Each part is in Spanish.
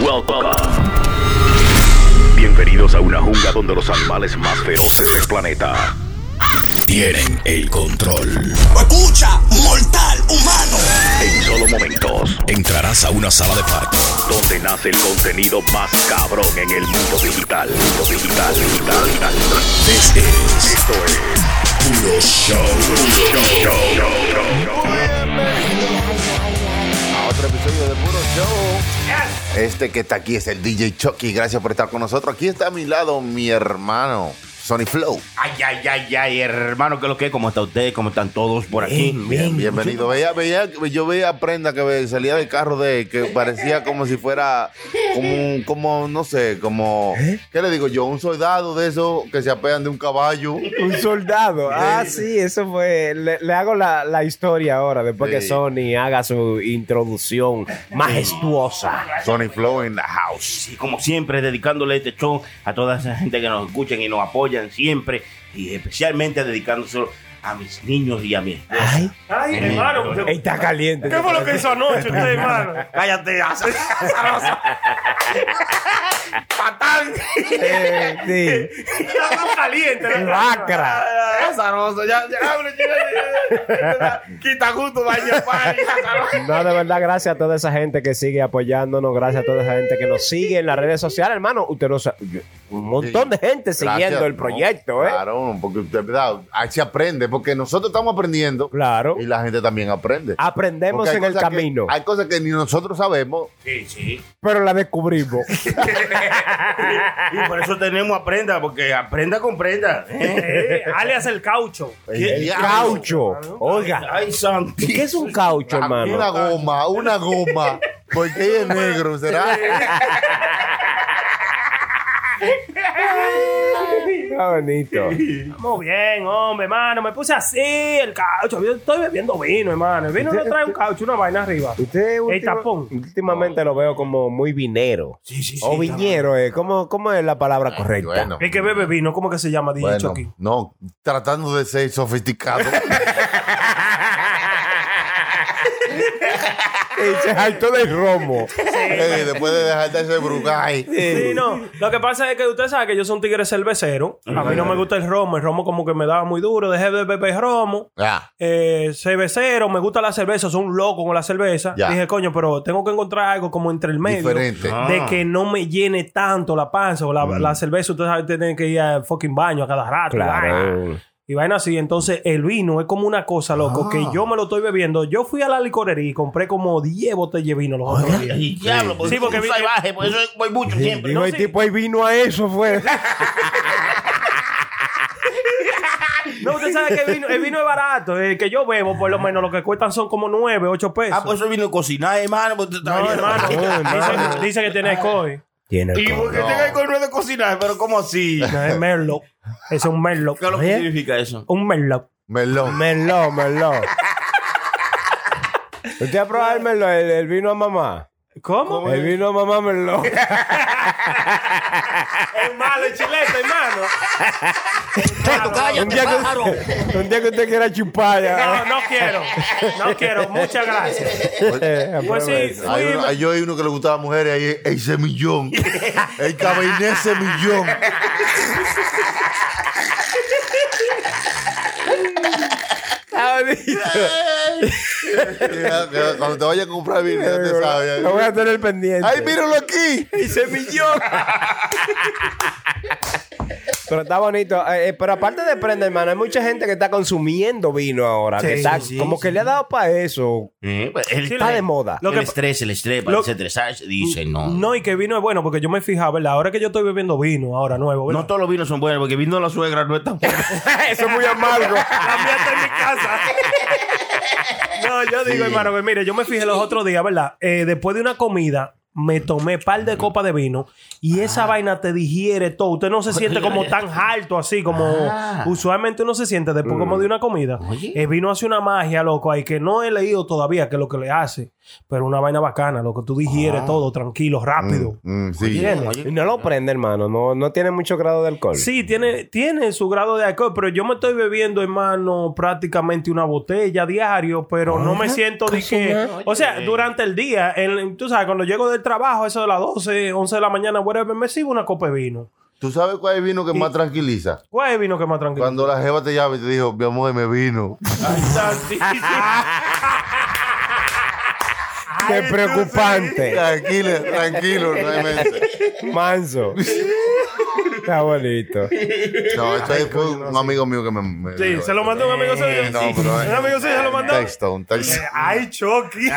Welcome. Bienvenidos a una jungla donde los animales más feroces del planeta tienen el control. Escucha, mortal, humano. En solo momentos entrarás a una sala de parto donde nace el contenido más cabrón en el mundo digital. Mundo digital, digital, digital. This is- Esto es Puro Show. Puro Show. a otro episodio de Puro Show. Este que está aquí es el DJ Chucky. Gracias por estar con nosotros. Aquí está a mi lado mi hermano, Sony Flow. Ay, ay, ay, ay, hermano, ¿qué es lo que? es? ¿Cómo está usted? ¿Cómo están todos por aquí? Bien, bienvenido. Veía, veía, yo veía prenda que ve- salía del carro de que parecía como si fuera como, un- como no sé, como ¿Eh? ¿qué le digo yo? Un soldado de esos que se apean de un caballo. Un soldado. Ah, sí, eso fue. Le, le hago la, la historia ahora, después que Sí. Sony haga su introducción majestuosa. Sony Flow in the house. Sí, como siempre, dedicándole este show a toda esa gente que nos escuchan y nos apoyan siempre, y especialmente dedicándoselo a mis niños y a mi esposa. Ay, Ay, hermano, ¿qué, está caliente. qué fue lo que hizo anoche usted, hermano? Cállate, Patán. Eh, sí. Ya estamos calientes, ¿no? Lacra. Azaroso, ya, ya, abre, ya, ya, ya. Quita gusto, baño, pan, azaroso. No, de verdad, gracias a toda esa gente que sigue apoyándonos, gracias a toda esa gente que nos sigue en las redes sociales, hermano. Usted no sabe, yo- un montón de gente Gracias. siguiendo el No, proyecto, ¿eh? Claro, porque usted ¿verdad? ahí se aprende, porque nosotros estamos aprendiendo Claro. Ah, y la gente también aprende. Aprendemos Porque hay en el cosas que- camino, hay cosas que ni nosotros sabemos. Sí, sí. pero la descubrimos. Y por eso tenemos aprenda, porque aprenda con prenda. Eh, ¿eh? alias el caucho. El El diablo. caucho. Oiga, Ay, Santi. ¿y ¿qué es un caucho, Una hermano? goma, una goma. Porque ella es negro, ¿será? Está bonito. Muy bien, hombre, hermano. Me puse así el caucho. Yo estoy bebiendo vino, hermano. El vino no trae un caucho, una vaina arriba. Usted última- tapón. últimamente lo veo como muy vinero. Sí, sí, sí. o viñero, eh. ¿Cómo, ¿cómo es la palabra correcta? Bueno, El que bebe vino, ¿cómo que se llama, DJ bueno, Chucky? no, tratando de ser sofisticado. Y se saltó del romo. Eh, después de dejar de ese brugay. Sí, no. Lo que pasa es que usted sabe que yo soy un tigre cervecero. A mí no me gusta el romo. El romo como que me daba muy duro. Dejé de beber romo. Ah, eh, cervecero, me gusta la cerveza, soy un loco con la cerveza. Ya. Dije, coño, pero tengo que encontrar algo como entre el medio. Diferente. Ah. De que no me llene tanto la panza o la, la cerveza. Usted sabe, tiene que ir al fucking baño a cada rato. vaina. Claro. Y vaina así. Entonces, el vino es como una cosa, loco, que Ah. yo me lo estoy bebiendo. Yo fui a la licorería y compré como 10 botellas de vino los otros días. Ay, diablo, porque Sí, porque soy vi- salvaje, por eso voy mucho siempre. Digo, no, el sí. tipo ahí vino a eso, fue. No, usted sabe que el vino, el vino es barato. El que yo bebo, por lo menos, lo que cuestan son como 9, 8 pesos. Ah, por eso vino a cocinar, hermano. porque usted está No, veniendo- hermano. No, dice, dice que tiene COVID. Tiene Y el porque tenga el correo de cocinar, pero ¿cómo así? No, es Merlot. Es un Merlot. ¿Qué es lo que significa eso? Un Merlot. melón. Merlot, Merlot. ¿Usted ha probado el Merlot, el, el vino a mamá? ¿Cómo? El vino a mamá Merlot. Es malo el chilete, hermano. un, día que, un día que usted quiera chupar ya. No, no quiero. No quiero. Muchas gracias. Eh, Pues sí, aprovecha. fui. Hay uno, hay- yo hay uno que le gustaba a las mujeres, ahí es el semillón. El cabernet semillón. Está bonito. Ya, ya, Cuando te vayas a comprar vino, ya te sabes. Lo voy a tener pendiente. ¡Ay, míralo aquí! y semillón. Pero está bonito. Eh, eh, pero aparte de prenda, hermano, hay mucha gente que está consumiendo vino ahora. que está, como que le ha dado para eso. Eh, pues, el, Está de moda. Lo el que- estrés, el estrés, lo- para estresarse, dice no. No, No, y que vino es bueno porque yo me fijaba, ¿verdad? Ahora que yo estoy bebiendo vino, ahora nuevo, ¿verdad? todos los vinos son buenos, porque el vino de la suegra no es tan bueno. eso es muy amargo. Cámbiate en mi casa. No, yo digo, hermano, que mire, yo me fijé los otros días, ¿verdad? Eh, después de una comida, me tomé par de copas de vino Ah. y esa vaina te digiere todo. Usted no se siente como tan alto así, como Pues, eh, Ah. usualmente uno se siente después como de una comida. Oye. El vino hace una magia, loco, ahí que no he leído todavía qué es lo que le hace, pero una vaina bacana, loco. Tú digieres Ah. todo tranquilo, rápido. Mm, sí. Y no lo prende, hermano. No, no tiene mucho grado de alcohol. Sí, tiene, tiene su grado de alcohol, pero yo me estoy bebiendo, hermano, prácticamente una botella diario, pero no me siento de que... O sea, durante el día, en- tú sabes, cuando llego del trabajo, eso de las 12, 11 de la mañana, whatever, me sirve una copa de vino. ¿Tú sabes cuál es el vino que más tranquiliza? ¿Cuál es el vino que más tranquilo? Cuando la jeva te llama y te dijo, mi amor, me vino. Ay, santísimo. Qué preocupante. Tranquilo, tranquilo, realmente. Manso. Está bonito. No, esto es- fue un amigo mío que me... me- Sí, se lo mandó un amigo suyo. Eh, no, pero, eh, un amigo suyo se lo Un mandó. texto, un texto. Ay, Chucky.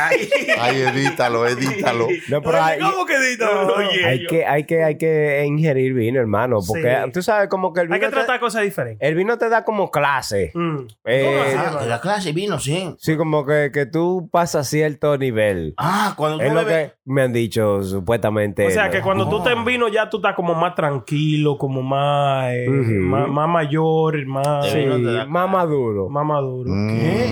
Ay, edítalo, edítalo. No, pero hay, ¿Cómo que edita? Oye, hay que, hay, que, hay que ingerir vino, hermano. Porque Sí. tú sabes como que el vino. hay que te- tratar cosas diferentes. el vino te da como clase. Mm. Eh, ¿Cómo así? Ah, de la clase vino, sí. sí, como que, que tú pasas cierto nivel. Ah, cuando tú Es lo bebes- que me han dicho supuestamente. O sea, ¿no? que cuando tú te en vino ya tú estás como más tranquilo, como más, eh, Ujú. más, más mayor, más, Sí, no te da- más maduro. más maduro. Mm.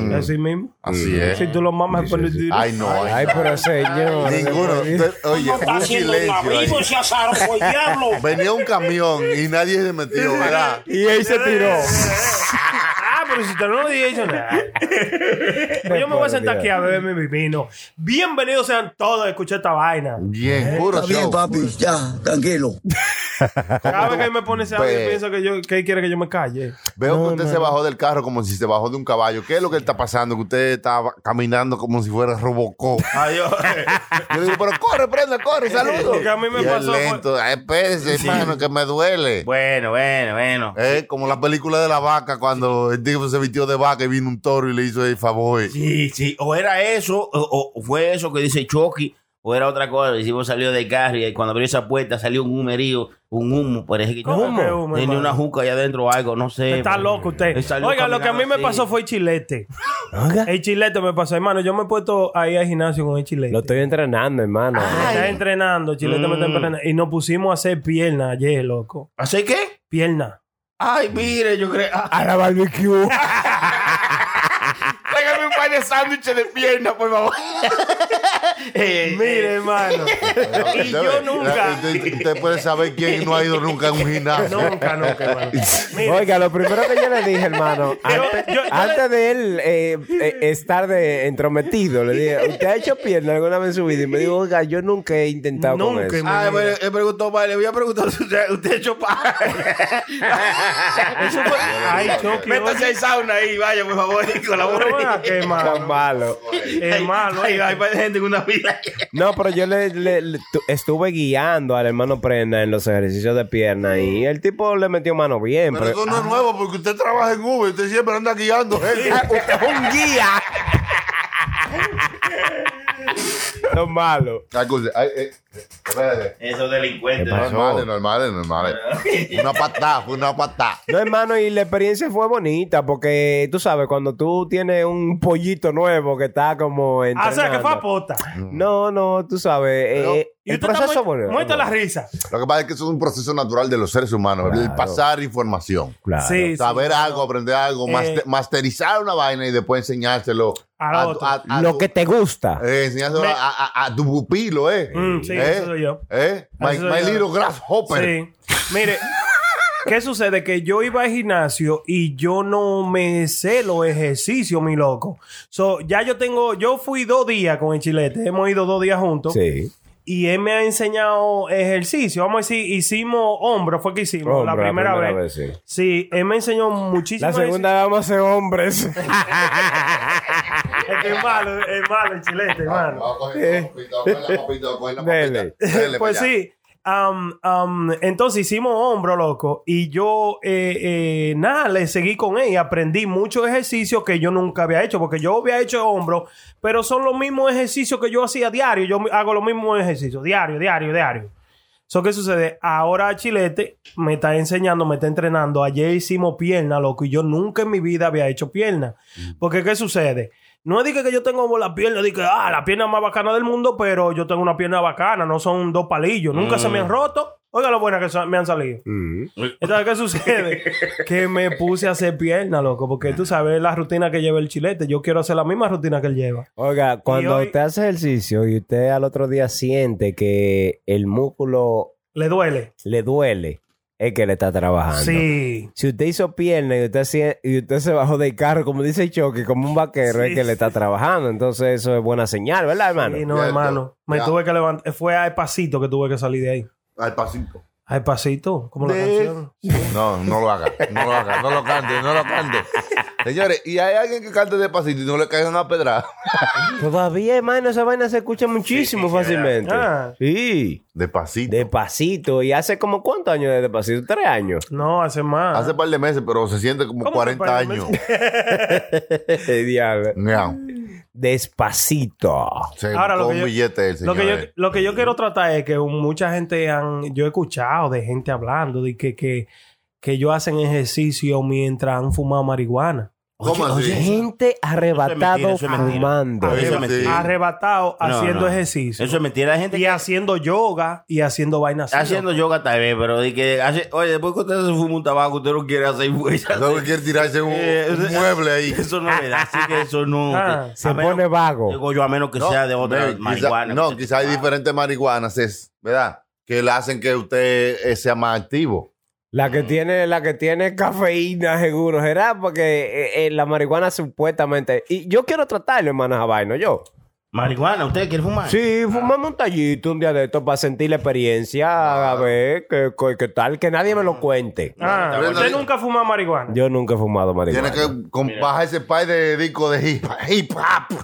¿Qué? Así mismo. Así es. Si tú lo mamas, pues, es por el tiro. Ay, no. ay, Ay, pero señor. Ninguno. Usted- Oye, un silencio. ahí. se azaró, el diablo. Venía un camión y nadie se metió, ¿verdad? Y él se tiró. Ah, pero si te lo dije, yo, nah. Pero yo me voy a sentar aquí a beberme mi vino. Bienvenidos sean todos a escuchar esta vaina. Bien, puro Eh, Está bien, show. papi, ya, tranquilo. Cada vez que me pone ese audio, Ve. pienso que yo, que él quiere que yo me calle. Veo que usted se bajó del carro como si se bajó de un caballo. ¿Qué es lo que está pasando? Que usted está caminando como si fuera Robocop. Adiós. Yo digo, pero corre, prenda, corre, saludo. Lo que a mí me Y es pasó fue- lento. Ay, Espérese, hermano, que me duele. bueno, bueno, bueno. Eh, como la película de la vaca, cuando el tipo se vistió de vaca y vino un toro y le hizo el favor. eh". Sí, sí. O era eso, o, o fue eso que dice Chucky, o era otra cosa. El tipo salió del carro y cuando abrió esa puerta salió un humerío, un humo. Parece que ¿Cómo que humo, tenía hermano? una juca allá adentro o algo, no sé. Está pero- loco usted. Él salió Oiga, lo que a mí caminando me así. pasó fue el chilete. Oiga, El chilete me pasó, hermano. Yo me he puesto ahí al gimnasio con el chilete. Lo estoy entrenando, hermano. Me está entrenando, chilete me está Mm. entrenando. Y nos pusimos a hacer pierna ayer, loco. ¿Así qué? Pierna. Ay, mire, yo creo. ah, A la barbecue. Tráigame un par de sándwiches de pierna, por favor. Eh, Mire, hermano. y yo nunca. Usted, usted puede saber quién no ha ido nunca a un gimnasio. Nunca, nunca, hermano. Mire, Oiga, lo primero que yo le dije, hermano, antes, yo- yo le- antes de él eh, eh, estar de entrometido, le dije, ¿usted ha hecho pierna alguna vez en su vida? Y me dijo, oiga, yo nunca he intentado con Nunca, eso. hermano. Ah, Eh, bueno, él preguntó, vale, le voy a preguntar si usted, usted echó pa. Eso fue- Ay, Chucky. Métase oye. al sauna ahí, vaya, por favor, y colabore. Pero venga, qué Tan malo. malo. Es malo. Ay, oye. Hay par de gente en una fila. No, pero yo le, le- le- tu- estuve guiando al hermano Prenda en los ejercicios de pierna y el tipo le metió mano bien. Pero Pero, eso no es nuevo porque usted trabaja en Uber, usted siempre anda guiando gente. Ah, usted es un guía. Lo malo. Ay, cuse- ay, eh, espérate. Esos delincuentes. Epa. Normales, normales, normales. Una patada, fue una patada. No, hermano, y la experiencia fue bonita porque tú sabes, cuando tú tienes un pollito nuevo que está como en. Ah, o sea, que fue a pota. No, no, tú sabes. eh, Pero- eh, Y el usted está proceso mu- bueno. muerto la risa. Lo que pasa es que eso es un proceso natural de los seres humanos, el Claro. pasar información. Claro. Sí, sí. Saber algo, aprender algo, Eh, master- masterizar una vaina y después enseñárselo Al a, otro. a- a Lo tu- que te gusta. eh, enseñárselo Me- a, a- a tu pupilo, ¿eh? Mm, sí, ¿Eh? eso soy yo. ¿Eh? My, Eso soy my yo. little Oh, grasshopper. Sí. Mire, ¿qué sucede? Que yo iba al gimnasio y yo no me sé los ejercicios, mi loco. So, ya yo tengo, yo fui dos días con el chilete, hemos ido dos días juntos. Sí. Y él me ha enseñado ejercicio. Vamos a decir, hicimos hombro, fue que hicimos Hombro, la, primera vez. sí. Sí, él me enseñó muchísimo. La segunda vamos a ser hombres. ejercicio. Es que es malo, es malo el chilete, hermano. Eh. Vamos a coger la papita, vamos a coger la papita, vamos a coger la papita. Dele. Dele Pues pa' allá. sí. Am, am, entonces hicimos hombro, loco. Y yo, eh, eh, nada, le seguí con él. y Aprendí muchos ejercicios que yo nunca había hecho. Porque yo había hecho hombro, pero son los mismos ejercicios que yo hacía diario. Yo hago los mismos ejercicios, diario, diario, diario. So, ¿qué sucede? Ahora Chilete me está enseñando, me está entrenando. Ayer hicimos pierna, loco, y yo nunca en mi vida había hecho pierna. Mm. Porque, ¿qué sucede? No es de que que yo tengo la pierna, de que, ah, la pierna más bacana del mundo, pero yo tengo una pierna bacana, no son dos palillos, nunca se me Mm. han roto. Oiga lo buena que son- me han salido. Mm. Entonces, ¿qué sucede? que me puse a hacer pierna, loco, porque tú sabes la rutina que lleva el chilete. Yo quiero hacer la misma rutina que él lleva. Oiga, cuando hoy- usted hace ejercicio y usted al otro día siente que el músculo Le duele. le duele, es que le está Ah, trabajando. Sí. Si usted hizo pierna y usted, hacía- y usted se bajó del carro, como dice Choque, como un vaquero, Sí, es que le está trabajando. Entonces, eso es buena señal, ¿verdad, hermano? Y no, Ah, Ya, hermano. Me ya. tuve que levantar. Fue a pasito que tuve que salir de ahí. Al pasito. A pasito, como la De- canción. No, no lo haga. No lo haga. No lo cante. No lo cante. Señores, y hay alguien que cante despacito y no le caiga una pedrada. Todavía, hermano, esa vaina se escucha muchísimo fácilmente. Ah. Sí. Despacito. Despacito. ¿Y hace como cuántos años de despacito? ¿Tres años? No, hace más. Hace par de meses, pero se siente como ¿Cómo que 40 par de años. Eh, Diablo. Miau. Despacito. Se Ahora, lo buscó que un yo- billete el Lo señor. que, yo, eh. lo que yo quiero tratar es que mucha gente han, yo he escuchado de gente hablando de que, que, que ellos hacen ejercicio mientras han fumado marihuana. ¿Cómo así? Gente arrebatado eso es mentira. fumando. Eso es Sí. mentira. Ah, Arrebatado No, haciendo no. ejercicio. Eso es mentira. Hay gente y que haciendo yoga y haciendo vainas está así. haciendo yoga tal vez, pero de que hace- oye, después que usted se fuma un tabaco, usted no quiere hacer fuerza. Eso que quiere tirarse un, Eh, un eh, mueble ahí. Eso no le da, así que eso no. Ah, Se a menos- pone vago. digo yo, a menos que sea de otra maybe, quizá- marihuana. pues, no, que se- quizás hay diferentes marihuanas, es, ¿verdad? Que le hacen que usted eh, sea más activo. La que tiene, la que tiene cafeína, seguro, será porque eh, eh, la marihuana supuestamente. Y yo quiero tratarlo, hermano, esa vaina, yo. Marihuana, ¿usted quiere fumar? Sí, fumamos un tallito un día de esto para sentir la experiencia, a ver qué, qué- qué tal, que nadie me lo cuente. Ah, Pero usted no- nunca ha fumado marihuana. Yo nunca he fumado marihuana. Tiene que con- bajar ese par de discos de hip, hip hop.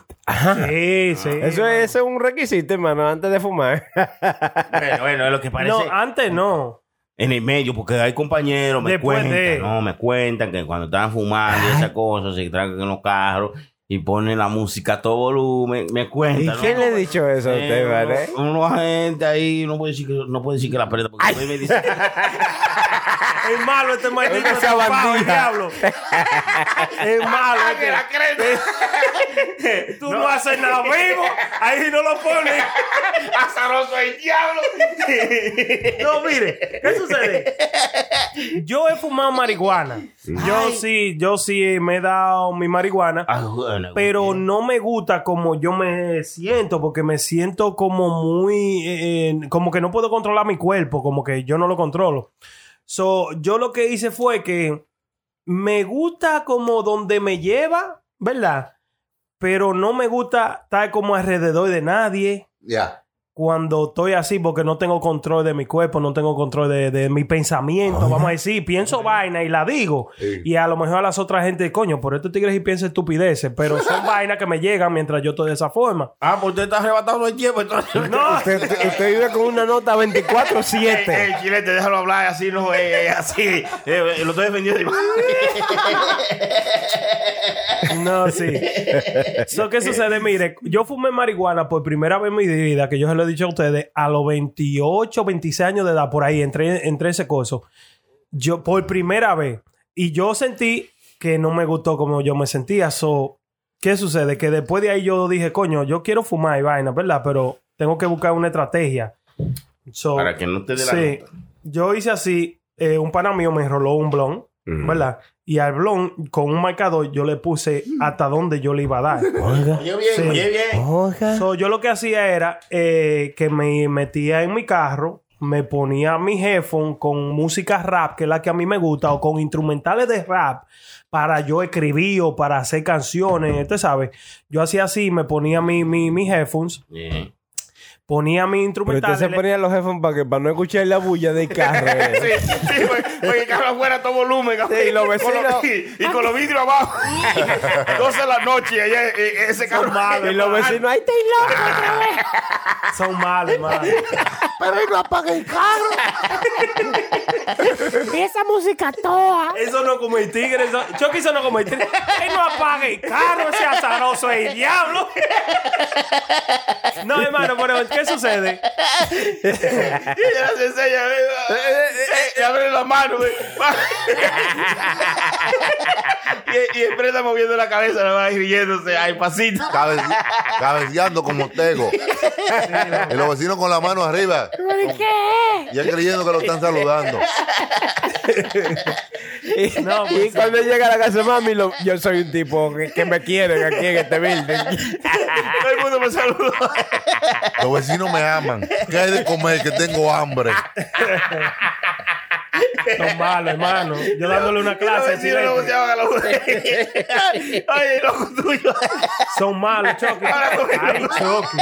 Sí, sí. Eso es, eso es un requisito, hermano, antes de fumar. Bueno, bueno, es lo que parece. No, ah. antes no. en el medio, porque hay compañeros, me Después cuentan, de- no, me cuentan que cuando estaban fumando y esas cosas, se tragan en los carros y ponen la música a todo volumen, me ¿Y cuentan. quién ¿no? le ha dicho eso a Eh, usted, vale? uno- uno gente ahí no puede decir que no puede decir que la prenda porque después me dice Es malo este maldito Esa tapado, bandida. el diablo. Es malo. este. Tú no, haces nada vivo. Ahí no lo pones. el diablo. no, mire. ¿Qué sucede? Yo he fumado marihuana. Yo sí, yo sí me he dado mi marihuana. "Ah, bueno, Pero no me gusta como yo me siento, porque me siento como muy, eh, eh, como que no puedo controlar mi cuerpo, como que yo no lo controlo. So, yo lo que hice fue que me gusta como donde me lleva, ¿verdad? Pero no me gusta estar como alrededor de nadie Ya. cuando estoy así, porque no tengo control de mi cuerpo, no tengo control de, de mi pensamiento, vamos a decir, pienso vaina y la digo. Y a lo mejor a las otras gente, coño, por estos tigres y piensa estupideces, pero son vainas que me llegan mientras yo estoy de esa forma. ah pues usted está arrebatado el tiempo entonces No, Usted, usted vive con una nota Eh, 24-7. chilete Eh, déjalo hablar así no eh, eh, así Eh, eh, lo estoy defendiendo no, sí. So, ¿Qué sucede? Mire, yo fumé marihuana por primera vez en mi vida, que yo se lo he dicho a ustedes, a los 28, 26 años de edad, por ahí, entre, entre ese coso. Yo, por primera vez. Y yo sentí que no me gustó como yo me sentía. So, ¿Qué sucede? Que después de ahí yo dije, coño, yo quiero fumar y vaina, ¿verdad? Pero tengo que buscar una estrategia. So, para que no te dé la Sí. nota. Yo hice así. eh, un pana mío me enroló un blon, ¿verdad? Y al blon, con un marcador, yo le puse hasta dónde yo le iba a dar. oye bien Sí. oye bien Oiga. So, yo lo que hacía era eh, que me metía en mi carro, me ponía mi headphone con música rap, que es la que a mí me gusta, o con instrumentales de rap para yo escribir o para hacer canciones, usted sabe. Yo hacía así, me ponía mi, mi, mis headphones, Bien. ponía mis Pero usted instrumentales. se ponía los headphones para, que, para no escuchar la bulla del carro. ¿eh? porque el carro afuera todo volumen Sí, y los vecinos- y con los vidrios abajo 12 de la noche allá, eh, ese carro Y los vecinos, ahí está el loco. Son malos, hermano. Y esa música toda. Eso no como el tigre. Eso... Chucky, eso no como el tigre. Él no apaga el carro, ese azaroso es el diablo. No, hermano, pero ¿qué sucede? Eh, y abre la mano y, el prenda moviendo la cabeza nada más riéndose ay pasito Cabe- cabeceando como tego. Y los vecinos con la mano arriba. ¿Por qué? Ya creyendo que lo están saludando. Y, No, pues, y cuando llega a la casa, mami, lo- yo soy un tipo que, que me quieren aquí en este building. todo el mundo me saludó Los vecinos me aman. ¿Qué hay de comer? Que tengo hambre. Son malos, hermano. Yo dándole una clase. Los vecinos no directo. buceaban a la mujer. Oye, loco tuyo. Son malos, Chucky. Ahora tú eres Ay, Chucky.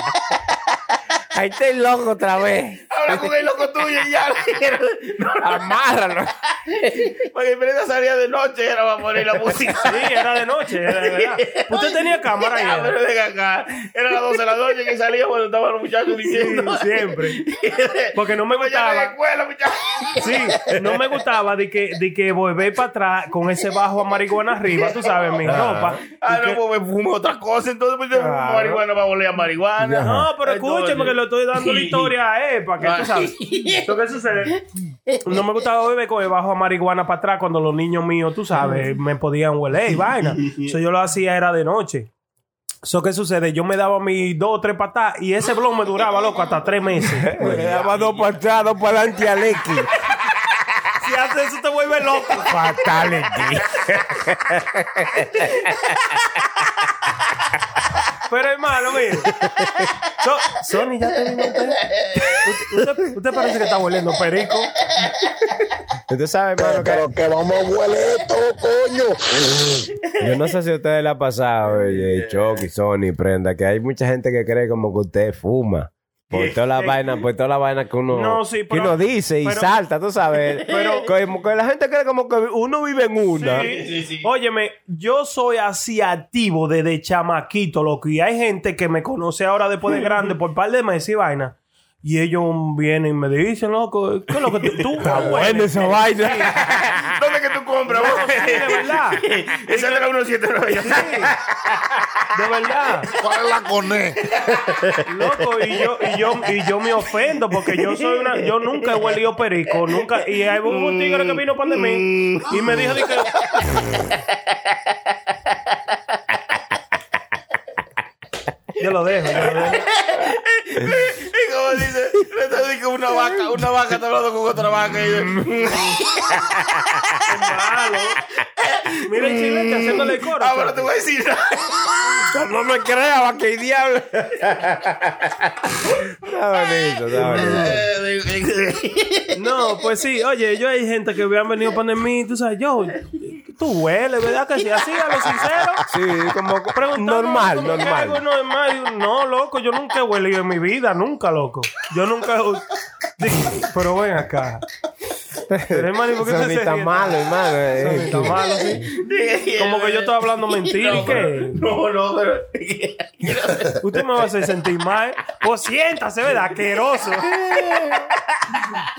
Ahí está el loco otra vez. Habla con el loco tuyo y ya. Amárralo. Porque Brenda salía de noche, era para poner la música. Sí, era de noche. Era de verdad. Usted tenía cámara ahí. Ah, ¿verdad? pero venga acá. Era las 12 de la noche que salía cuando estaban los muchachos diciendo. Sí, siempre. Porque no me Ya en la gustaba. escuela, muchachos. Sí, no me gustaba de que, de que volver para atrás con ese bajo a marihuana arriba, tú sabes, mi ropa. Y Ah, que- no, pues me fumo otra cosa, entonces pues yo fumo Claro. marihuana para volver a marihuana. No, pero Entonces- escúchame que lo estoy dando la historia a él, para que tú sabes. Lo que sucede, no me gustaba beber con el bajo a marihuana para atrás cuando los niños míos, tú sabes, me podían hueler y vaina. Eso yo lo hacía era de noche. Eso que sucede, yo me daba mis dos o tres patas y ese blog me duraba, loco, hasta tres meses. Me quedaba dos para atrás, dos para adelante al X. Si haces eso te vuelve loco. Fatality. Pero hermano, mire. So- Sony, ya terminó usted. Usted, usted- usted parece que está volviendo perico. Usted sabe, hermano, que Pero que vamos a huele esto, coño. Yo no sé si a ustedes le ha pasado, oye, Chucky, Sony, prenda, que hay mucha gente que cree como que usted fuma. Por toda la vaina, por toda la vaina que uno, No, sí, pero- que uno dice y pero- salta, tú sabes. Pero- como que la gente cree como que uno vive en una. Óyeme, yo soy así activo desde chamaquito, loco. Y hay gente que me conoce ahora después de grande por par de meses y vaina. Y ellos vienen y me dicen, loco, ¿qué es lo que tú, tú Ah, Bueno, esa vaina. ¿Dónde es que tú compras? vos? sí, de verdad. Esa era 179. De verdad. ¿Cuál es la coné? Loco, y yo, y yo, y yo me ofendo porque yo soy una, yo nunca he huelido perico, nunca, y hay un, un tigre que vino para de mí y me dijo de que yo lo dejo, yo lo dejo. Y como dice, le está diciendo una vaca, una vaca está hablando con otra vaca. Y yo, Es malo. Mira el chilete Eh. haciéndole el coro. ah, pero te voy a decir. No me creas, que diablo. está bonito, está bonito. No, pues sí, oye, yo hay gente que habían venido para mí, tú sabes, yo, tú hueles, ¿verdad? Que sí, así, a lo sincero. Sí, como Preguntando normal, como que normal. algo normal. No, loco, yo nunca he huelido en mi vida, nunca, loco. Yo nunca. he- Sí, pero ven acá. Pero hermano, ¿y por qué Sony usted se está ríe? malo, hermano. eh. Está malo, sí. Como que yo estoy hablando mentira. ¿y qué? No, no, pero. Usted me va a hacer sentir mal. Pues siéntase, ¿verdad? Asqueroso. ¿A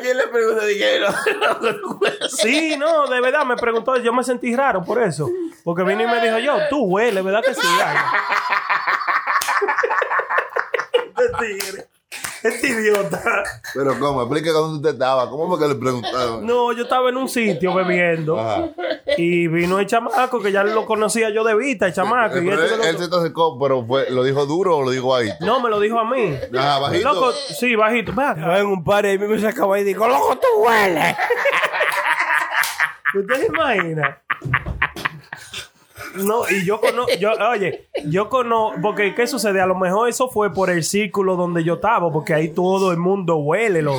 quién le pregunta? Dije, no, no, no, no, Sí, no, de verdad, me preguntó. Yo me sentí raro por eso. Porque vino y me dijo, yo, tú hueles, ¿verdad que sí? Ay, no. Este tigre. Este idiota. Pero cómo, explica dónde usted estaba. ¿Cómo fue que le preguntaron? No, yo estaba en un sitio bebiendo Ajá. y vino el chamaco que ya lo conocía Ah, yo de vista, el chamaco. y Eh, Pero esto y él, lo él otro. se te acercó, pero fue, lo dijo duro o lo dijo ahí. No, me lo dijo a mí. Ajá, bajito. Loco, sí, bajito. Ven acá. Estaba en un par y a mí me sacaba y digo, loco, tú hueles. ¿Usted se imagina? No, y yo conozco, yo, oye, yo conozco, porque ¿qué sucede? A lo mejor eso fue por el círculo donde yo estaba, porque ahí todo el mundo huele, loco.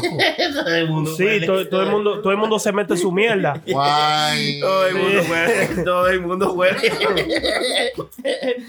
Sí, to- todo el mundo, todo el mundo se mete su mierda. Guay. Todo el mundo huele. Todo el mundo huele.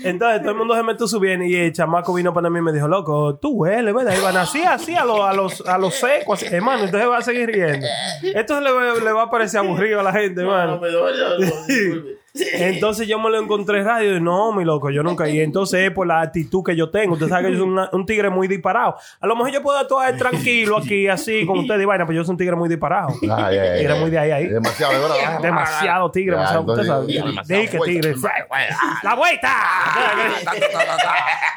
Entonces todo el mundo se metió su bien y el chamaco vino para mí y me dijo, loco, tú hueles, ¿verdad? Y van así, así, a los, a los, a los secos, así. hermano, entonces va a seguir riendo. Esto le, va- le va a parecer aburrido a la gente, hermano. Me duele, no, no, disculpe. Entonces yo me lo encontré en radio y no, mi loco, yo nunca. Y entonces es por la actitud que yo tengo. Usted sabe que yo soy una- un tigre muy disparado. A lo mejor yo puedo actuar tranquilo aquí, así, con ustedes y vaina, pero yo soy un tigre muy disparado. Ah, ya, ya, Tigre ya. muy de ahí, ahí. Demasiado, de verdad. Demasiado tigre, Eh, Ya, demasiado. Usted sabe. entonces, demasiado Dije que fuerte. tigre. ¡La vuelta! Ah,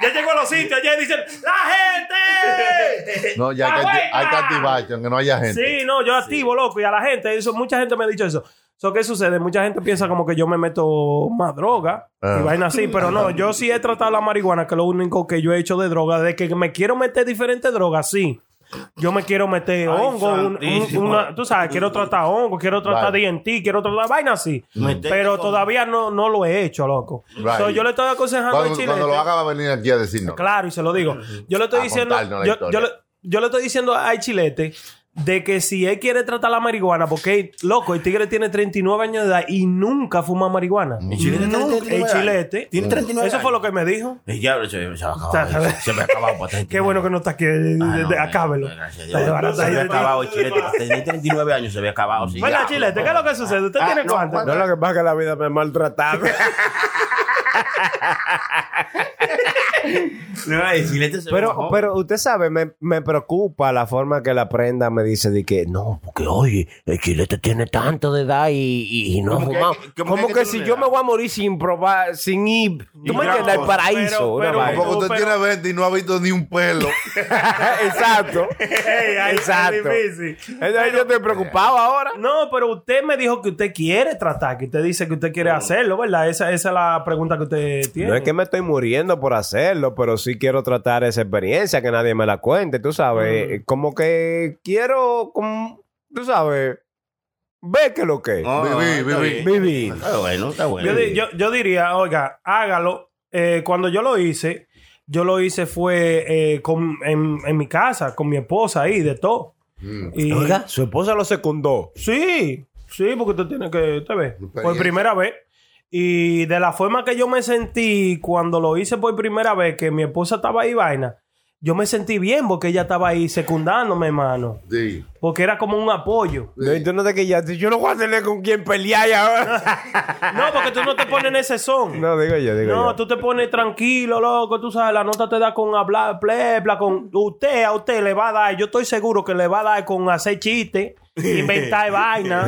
ya llegó a los sitios, ya dicen ¡La gente! No, ya hay, ¡La que- hay que vuelta! activarse, aunque no haya gente. Sí, no, yo activo, loco. Y a la gente, eso, mucha gente me ha dicho eso. So, ¿Qué sucede? Mucha gente piensa como que yo me meto más droga Ah. y vaina así, pero no, yo sí he tratado la marihuana, que es lo único que yo he hecho de droga. De que me quiero meter diferentes drogas, sí. Yo me quiero meter hongo, un- un- santísimo. una- tú sabes, quiero tratar hongo, quiero tratar Vale. DNT, quiero tratar vaina así. Meter Pero con- todavía no, no lo he hecho, loco. Vale. So, yo le estoy aconsejando al Cuando, chile. cuando lo haga va a venir aquí a decirnos. Claro, y se lo digo. Yo le estoy A diciendo. contarnos la Yo, historia. yo le, yo le estoy diciendo a Chilete de que si él quiere tratar la marihuana, porque, loco, el tigre tiene 39 años de edad y nunca fuma marihuana. chilete tiene Nunca- 39 el años. chilete. Tiene 39 Eso fue lo que me dijo. Y ya se, se me ha acabado. se me ha acabado. para tener Ah, Qué bueno que no está aquí. de- de- Acábelo. Gracias a Te Dios. desbaratas Se ahí había de ti. acabado el chilete. Tenía 39 años, se había acabado. sí, ¿Verdad, ya. chilete? ¿Qué es lo que sucede? ¿Usted tiene cuánto? Ah, No, lo que pasa es que la vida me ha maltratado. No, el chilete se me Pero, bajó. pero usted sabe, me, me preocupa la forma que la prenda me dice de que no, porque oye, el chilete tiene tanto de edad y, y- y no ha Como que- fumado. como Como que- que, que si tiene yo edad. me voy a morir sin probar, sin ir, tú no, me entiendes, al pero- paraíso. pero- una vaina. Porque usted pero- tiene 20 y no ha visto ni un pelo. Exacto. ahí está Exacto. difícil. Entonces yo estoy preocupado ahora. No, pero usted me dijo que usted quiere tratar, que usted dice que usted quiere hacerlo, ¿verdad? Esa, esa es la pregunta que usted tiene. No es que me estoy muriendo por hacerlo, pero sí quiero tratar esa experiencia que nadie me la cuente, tú sabes. Como que quiero, como, tú sabes, ver qué es lo que es. Ah, Viví, está viví. bien. Vivir. Está bueno, está bueno. Yo, di- yo- yo diría, oiga, hágalo. Eh, cuando yo lo hice, yo lo hice fue eh, con- en, en mi casa, con mi esposa ahí, de todo. Mm, Y- Su esposa lo secundó. Sí, sí, porque usted tiene que, usted ve, por Experiencia. primera vez. Y de la forma que yo me sentí cuando lo hice por primera vez, que mi esposa estaba ahí vaina, yo me sentí bien porque ella estaba ahí secundándome, hermano. Sí. Porque era como un apoyo. No, y tú no te quillaste. Yo no voy a tener con quién pelear ya ahora. No, porque tú no te pones en ese son. no, digo yo, digo No, yo. tú te pones tranquilo, loco. Tú sabes, la nota te da con hablar, plepla, con... Usted, a usted le va a dar, yo estoy seguro que le va a dar con hacer chistes, inventar vaina.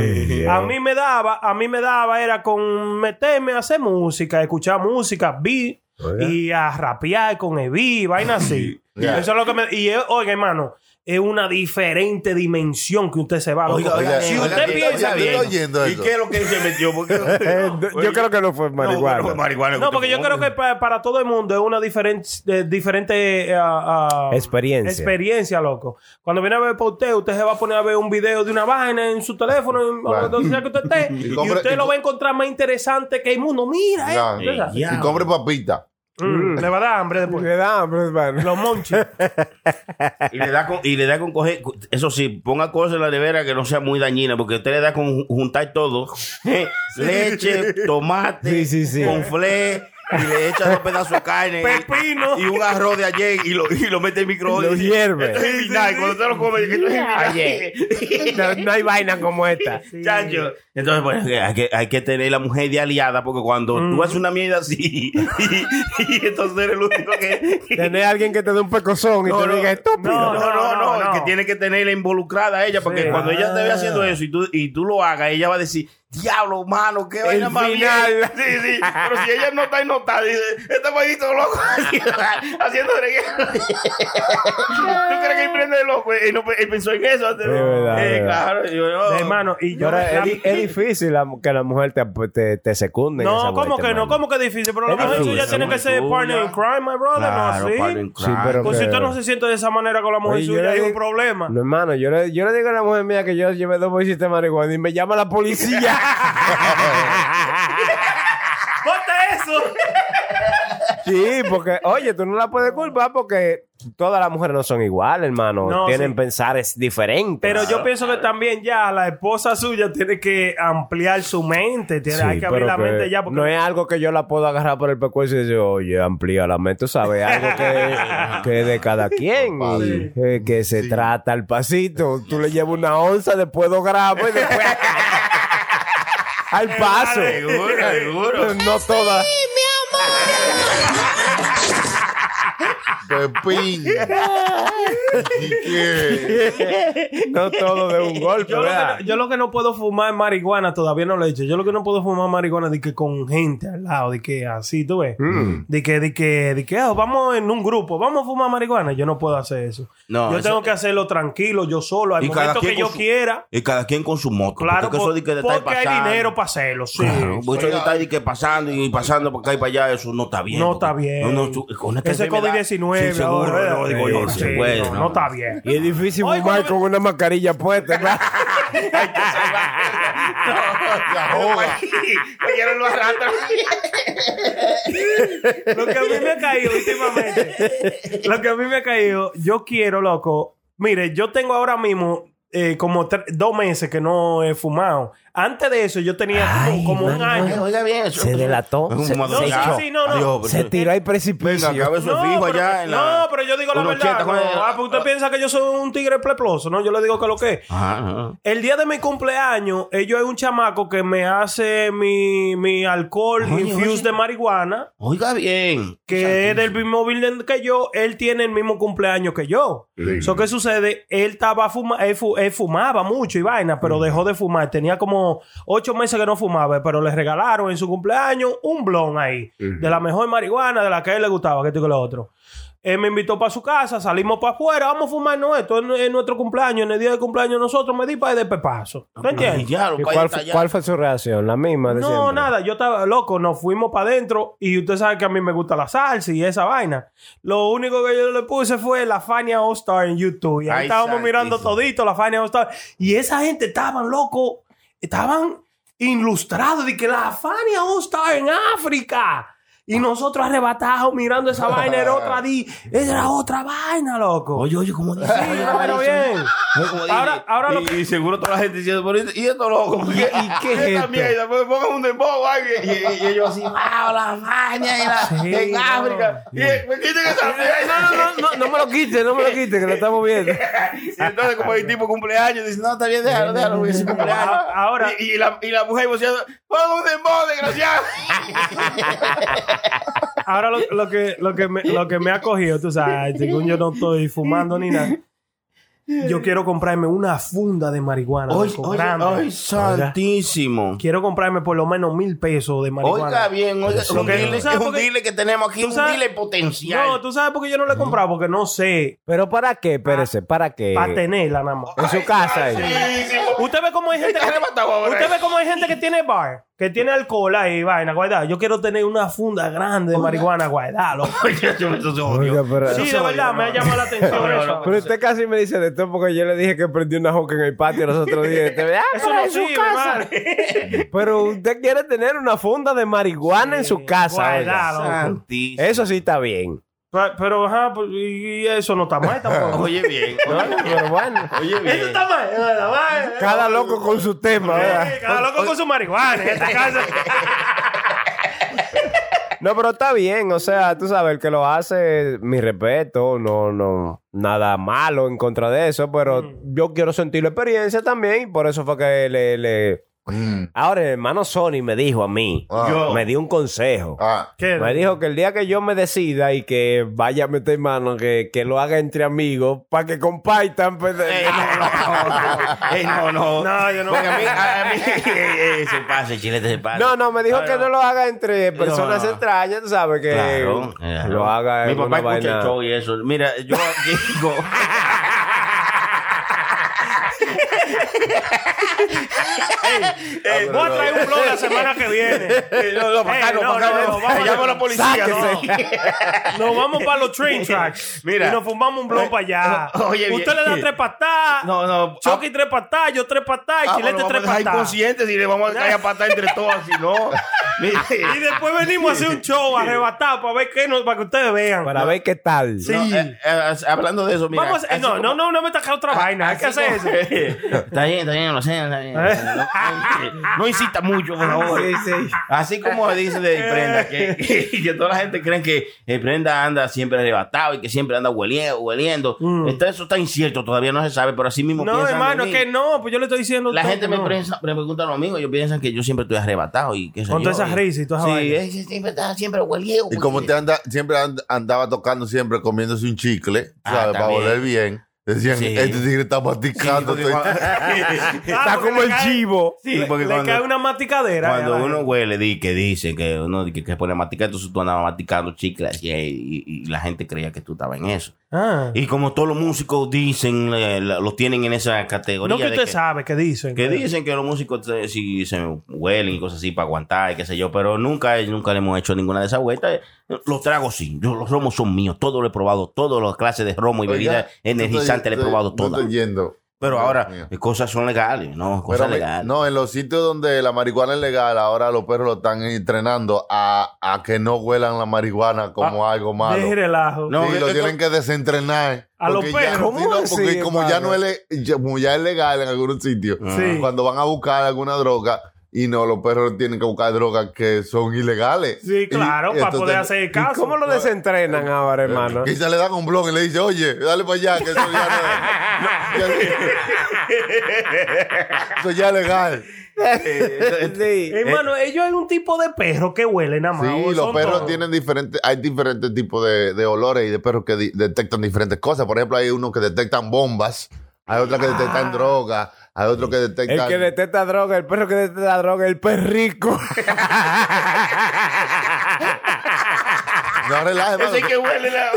A mí me daba, a mí me daba era con meterme a hacer música, escuchar música, vi y a rapear con el vi, vaina así. Eso es lo que me... Y, eh, oiga, hermano, es una diferente dimensión que usted se va. loco. Oiga, oiga, si oiga, usted oiga, piensa oiga, bien... ¿Está oyendo ¿Y eso? qué es lo que él se metió? Porque Eh, yo creo que no fue marihuana. No, porque yo creo que pa- para todo el mundo es una diferente, eh, diferente eh, ah, ah, Experiencia. experiencia, loco. Cuando viene a ver por usted, usted se va a poner a ver un video de una vaina en su teléfono, en- Claro. o donde sea que usted esté, y, compre- usted y lo co- va a encontrar más interesante que el mundo. Mira, eh. Ya. Usted sabe. Y compre papita. Mm, le va a dar hambre después. Me da hambre, hermano. Los monchis. Y le da con, y le da con coger, eso sí, ponga cosas en la nevera que no sea muy dañina, porque usted le da con ju- juntar todo. eh, Leche, tomate, Sí, sí, sí. conflé, y le echa dos pedazos de carne. Pepino. Y un arroz de ayer y lo, y lo mete en microondas. Lo Y dice, hierve. "Esto es vinagre", cuando usted lo come, dice, "Esto es vinagre". Oye, No, no hay vaina como esta. Chancho. Entonces, pues, hay que, hay que tener la mujer de aliada, porque cuando Mm. tú haces una mierda así, y, y entonces eres el único que, Tener a alguien que te dé un pecozón y No, te no. diga estúpido. No, no, no, no, no, el no. que tiene que tenerla involucrada a ella, porque Sí. Ah. cuando ella te ve haciendo eso y tú, y tú lo hagas, ella va a decir, diablo, mano, qué vaina más bien". final. Sí, sí, pero si ella no está notada, dice, este maldito loco haciendo reguero. ¿Tú crees que él prende de loco? Él, no, él pensó en eso. antes, Es ¿no? verdad, Eh, es verdad. claro, yo, yo- Hermano, y yo... Pero la- es, di- es difícil la- que la mujer te, te, te secunde. en esa no, ¿cómo vuelta, que no? hermano. ¿Cómo que difícil? Pero la Es mujer difícil, suya tiene que mujer ser partner suya. in crime, my brother, Claro, ¿no? padre, así. Sí, pero Pues si que- usted no se siente de esa manera con la mujer Oye, yo suya, le hay un digo- problema. No, hermano, yo le, yo le digo a la mujer mía que yo llevé dos bolsitas de marihuana y me llama la policía. ¡Ponte eso! sí, porque, oye, tú no la puedes culpar porque todas las mujeres no son iguales, hermano. No, Tienen sí. pensares diferentes. Pero yo pienso que también ya la esposa suya tiene que ampliar su mente. Tiene, Sí, hay que abrir pero la que mente ya. Porque No es algo que yo la puedo agarrar por el pescuezo y decir, oye, amplía la mente, tú ¿sabes? Algo que, que es de cada quien. y, eh, que se trata al pasito. Tú le llevas una onza, después dos gramos y después. al paso. Seguro, seguro. No todas. Pepín. ¿Y qué? No todo de un golpe, yo, lo ¿verdad? que no, yo lo que no puedo fumar marihuana, todavía no lo he hecho. Yo lo que no puedo fumar marihuana de que con gente al lado, de que así, tú ves. Mm. De que, de que, de que ah, vamos en un grupo, vamos a fumar marihuana. Yo no puedo hacer eso. No, yo eso- tengo que hacerlo tranquilo, yo solo, al Y cada momento quien que con yo su- quiera. Y cada quien con su moto. Claro, porque, eso por- de que te está porque hay pasando. dinero para hacerlo, sí. Claro, porque eso de estar de que pasando y pasando para acá y para allá, eso no está bien. No porque- está bien. No, no, tú- con este esta Ese enfermedad- COVID-19. Sí, seguro, ahora, eh, no, digo yo, Sí, sí, güey, no, no está bien. Y es difícil Oye, fumar cuando con una mascarilla puesta, ¿verdad? La joda. Oyeron lo arrastran. Lo que a mí me ha caído últimamente. Lo que a mí me ha caído, yo quiero, loco. Mire, yo tengo ahora mismo eh, como tre- dos meses que no he fumado. Antes de eso yo tenía Ay, como, como un mano. año. Oiga bien, eso. Se delató. Es un Se, fumador. se sí, echó. sí, no, no. Adiós, Se pero- tiró al precipicio. Venga, cabe eso No, fijo pero, allá en no, la... pero yo digo la un verdad. 80, ¿cómo es? no. Ah, pues usted piensa que yo soy un tigre pleploso, ¿no? Yo le digo que lo que es. Ajá, ajá. El día de mi cumpleaños, ellos hay un chamaco que me hace mi, mi alcohol Oye, infused oye. de marihuana, Oiga bien. que es del mismo building que yo, él tiene el mismo cumpleaños que yo. Eso ¿qué sucede? Él estaba fuma él, fu- él fumaba mucho y vaina, pero dejó de fumar. Tenía como ocho meses que no fumaba, pero le regalaron en su cumpleaños un blon ahí, de la mejor marihuana, de la que a él le gustaba, que esto y que lo otro. Él me invitó para su casa, salimos para afuera, vamos a fumarnos esto en, en nuestro cumpleaños, en el día de cumpleaños de nosotros, me di para de pepazo. ¿No Ay, entiendes? ya, lo ¿Y pa' cuál, allá, fu- allá. cuál fue su reacción? ¿La misma de No, siempre? nada, yo estaba loco, nos fuimos para adentro y usted sabe que a mí me gusta la salsa y esa vaina. Lo único que yo le puse fue la Fania All Star en YouTube y ahí Ay, estábamos santísimo. mirando todito la Fania All Star y esa gente estaban loco, estaban ilustrados de que la Fania All Star en África. Y nosotros arrebatados mirando esa vaina era otra di, era otra vaina, loco. Oye, oye, ¿cómo dice? Sí, pero bien. Oye, ¿cómo dice? Ahora- ahora lo y, que- y seguro toda la gente diciendo, pero ¿y esto loco? ¿Qué, ¿Y qué ¿Qué esta mierda? Pues pongan un dembow, ay, y, y- y ellos así, wow, la maña y la, Sí, en no. África. Y eh, me quiten esa mierda. No, no, no, no me lo quite, no me lo quite, que lo estamos viendo. Y entonces, como el tipo cumpleaños, dice, no, está bien, déjalo, déjalo, porque es su cumpleaños. A- ahora- Y, y la, y la mujer voceando, pongan un dembow, desgraciado. Ahora lo, lo que, lo, que me, lo que me ha cogido, tú sabes, según yo no estoy fumando ni nada, yo quiero comprarme una funda de marihuana. Oye, loco, oye, grande. ay, Oiga, santísimo. Quiero comprarme por lo menos mil pesos de marihuana. Oiga bien, oiga, Lo un que- dealer- ¿tú sabes es un por qué? dealer que tenemos aquí, ¿Tú un sabes? dealer no, potencial. tú sabes por qué yo no la he comprado, porque no sé, ¿Pero para qué? Ah, Espérese, ¿para qué? para tenerla nada más. En su casa. ella. Usted ve cómo hay gente que, arrebatado ahora. usted ve cómo hay gente que tiene bar, que tiene alcohol ahí, vaina, guardada. Yo quiero tener una funda grande de marihuana guardada. loco. Oye, yo- eso se jodió. Oiga, pero- Sí, pues, de verdad, me ha llamado la atención No, no, eso. no, Pero usted casi me dice de todo porque yo le dije que prendí una hoca en el patio los otros días. Usted me dice, "Ah, Eso pero no en su sirve, casa". vale. Pero usted quiere tener una funda de marihuana en su casa. oiga. Guardada, loco. Santísimo. Eso sí está bien. Pa- Pero, ajá, pues, y y eso no está mal tampoco. Oye bien, ¿no? Pero bueno, oye Eso bien. está mal. eso está mal. cada loco con su tema. ¿verdad? Eh, Cada loco con su marihuana en esta casa. No, pero está bien, o sea, tú sabes, el que lo hace, mi respeto, no, no, nada malo en contra de eso, pero Mm. yo quiero sentir la experiencia también, y por eso fue que le... le- Ahora, el hermano Sony me dijo a mí, Mm, Ah. Yo. me dio un consejo. Oh. Ah, ¿Qué? Me dijo que el día que yo me decida y que vaya a meter mano, que, que lo haga entre amigos, para que compartan. pues, de- Ey, no, no, ey, no, no. No, yo no. Porque a mí, a a mí, ey, ey, se pasa, chilete se pasa. No, no, me dijo que no lo haga entre personas No. extrañas, tú sabes, que Claro, claro. lo haga Mi en una papá escucha vaina- el show y eso. Mira, yo digo. Eh, Voy a traer un blog la semana que viene. No, no, para acá, Eh, no, no, para acá, no, no. no, vamos a- Llamo a la policía. Sáquese. no. Nos vamos para los train tracks. Mira. Y nos fumamos un blog para allá. Oye, bien. Usted le da tres patadas. No, no. Chucky tres patadas. Yo tres patadas. Ah, Chilete bueno, tres vamos a dejar patadas. inconscientes y le vamos a caer a patar entre todos así, ¿no? Mire, Y después venimos a hacer un show arrebatado para ver qué nos, para que ustedes vean. Para ver qué tal. Sí. No, eh, eh, hablando de eso, mira. Vamos, a- eh, así no, como- no, no, no me taca otra vaina. Hay que hacer eso. Está bien, está bien, lo sé. está bien. ¿Eh? No, no incita mucho, por favor. Así como dice de Prenda, que, que toda la gente cree que el Prenda anda siempre arrebatado y que siempre anda hueliendo. hueliendo. Está- eso está incierto, todavía no se sabe, pero así mismo Mm. No, piensan de hermano, mí. que no, pues yo le estoy diciendo. La todo gente que me, no. prensa- me pregunta lo mismo, ellos piensan que yo siempre estoy arrebatado y que Con todas esas risas y todas esas Sí, eh. vainas. es que siempre está siempre hueliego. y como te anda, siempre and- andaba tocando, siempre comiéndose un chicle, Ah, ¿sabes? Para también. volver bien. Decían, Sí. este tigre está masticando. porque estoy- Está Ah, porque como le el cae- chivo. Ah, Sí, le, porque le cuando- cae una maticadera. Cuando ya, uno vaya. huele, di, que dice que uno di, que, que pone a masticar, entonces tú andabas masticando chicles y, y- y la gente creía que tú estabas en eso. Ah. Y como todos los músicos dicen, eh, la- lo tienen en esa categoría. No que de usted sabe que dicen. que pero- dicen que los músicos se- si se huelen y cosas así para aguantar y qué sé yo, pero nunca, eh, nunca le hemos hecho ninguna de esas vueltas. Los tragos sí, yo- los romos son míos, todo lo he probado, todas las clases de romo y Oiga, bebidas energizantes estoy- le he probado estoy- no todas. estoy yendo. Pero ahora, mío. eh, cosas son legales, ¿no? Cosas Pero me- legales. no, en los sitios donde la marihuana es legal, ahora los perros lo están entrenando a, a que no huelan la marihuana como Ah, algo malo. Deje relajo. No, sí, que- lo que- tienen que desentrenar. A los Porque ya- perros. sí, ¿Cómo no, porque así, como ya hermano? no es, le- ya- como ya es legal en algunos sitios, Sí. cuando van a buscar alguna droga, y no, los perros tienen que buscar drogas que son ilegales. Sí, Y- claro, y para entonces- poder hacer ¿Y caso. cómo lo desentrenan ahora, hermano? Quizá le dan un blog y le dice, oye, dale para allá, que eso ya no es. Ya- eso ya es legal. Sí. Hermano, ellos hay un tipo de perro que huele nada más. Sí, ¿o los Ah, son perros todos? tienen diferentes, hay diferentes tipos de, de olores y de perros que di- detectan diferentes cosas. Por ejemplo, hay unos que detectan bombas, hay otros que Ah. detectan drogas, hay otros que detectan. El que detecta droga, el perro que detecta droga, el perrico. Ah, No relaje, mano. Ese que huele la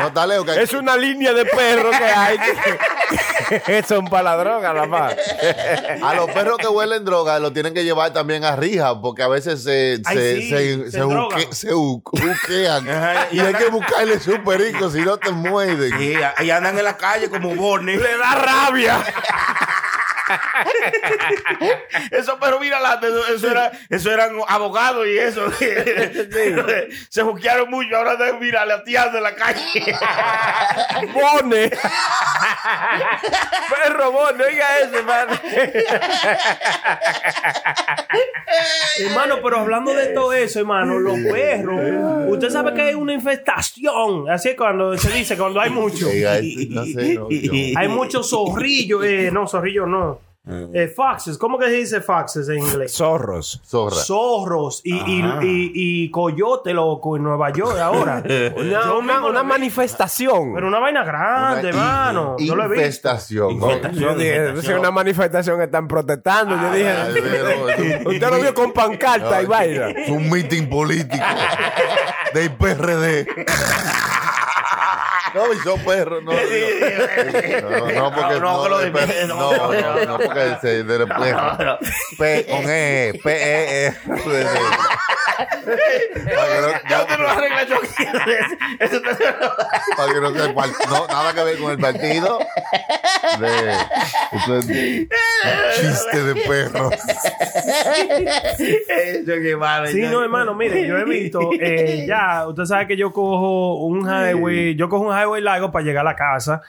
No está lejos. Que es una línea de perros que hay. que- que son para la droga, la más. A los perros que huelen droga lo tienen que llevar también a rija, porque a veces se, Ay, se, sí, se, se se buque- drogan. se bu- buquean. y hay que buscarle su perico, si no te muerden. Sí, eh, ahí andan en la calle como bornes. Le da Eso, pero mira, la- eso, eso era, eso eran abogados y eso. Se juquearon mucho. Ahora de- mira, la tía de la calle. Bone. Perro bone, oiga ese, hermano. Hermano, pero hablando de todo eso, hermano, los perros. Usted sabe que hay una infestación. Así es cuando se dice, cuando hay mucho. Oiga, este, no sé, no, yo- Hay muchos zorrillos. eh, no, zorrillos no. Eh, foxes. ¿Cómo que se dice foxes en inglés? Zorros. Zorra. Zorros y, y, y, y coyote, loco, en Nueva York ahora. Una, Yo una- mismo una lo vi. manifestación. Pero una vaina grande, hermano. Yo lo he visto. Infestación. ¿no? Yo dije, es una manifestación Ah, que están protestando. Yo Ay, dije, pero- usted lo vio con pancarta y vaina. Es un meeting político del PRD. No, y son perros, no. No, no, no, porque No, no, no, que lo de dime, perro, no. no, no, no, porque se de perro. P con E, P E E. R, D. Para que no- ya- Eso no lo arregla yo. Eso no- para que no se part- no, nada que ver con el partido. De, eso es chiste de perros. Eso que vale. Sí, no, hermano, mire, yo he visto, eh, ya, usted sabe que yo cojo un highway, yo cojo un highway largo para llegar a la casa.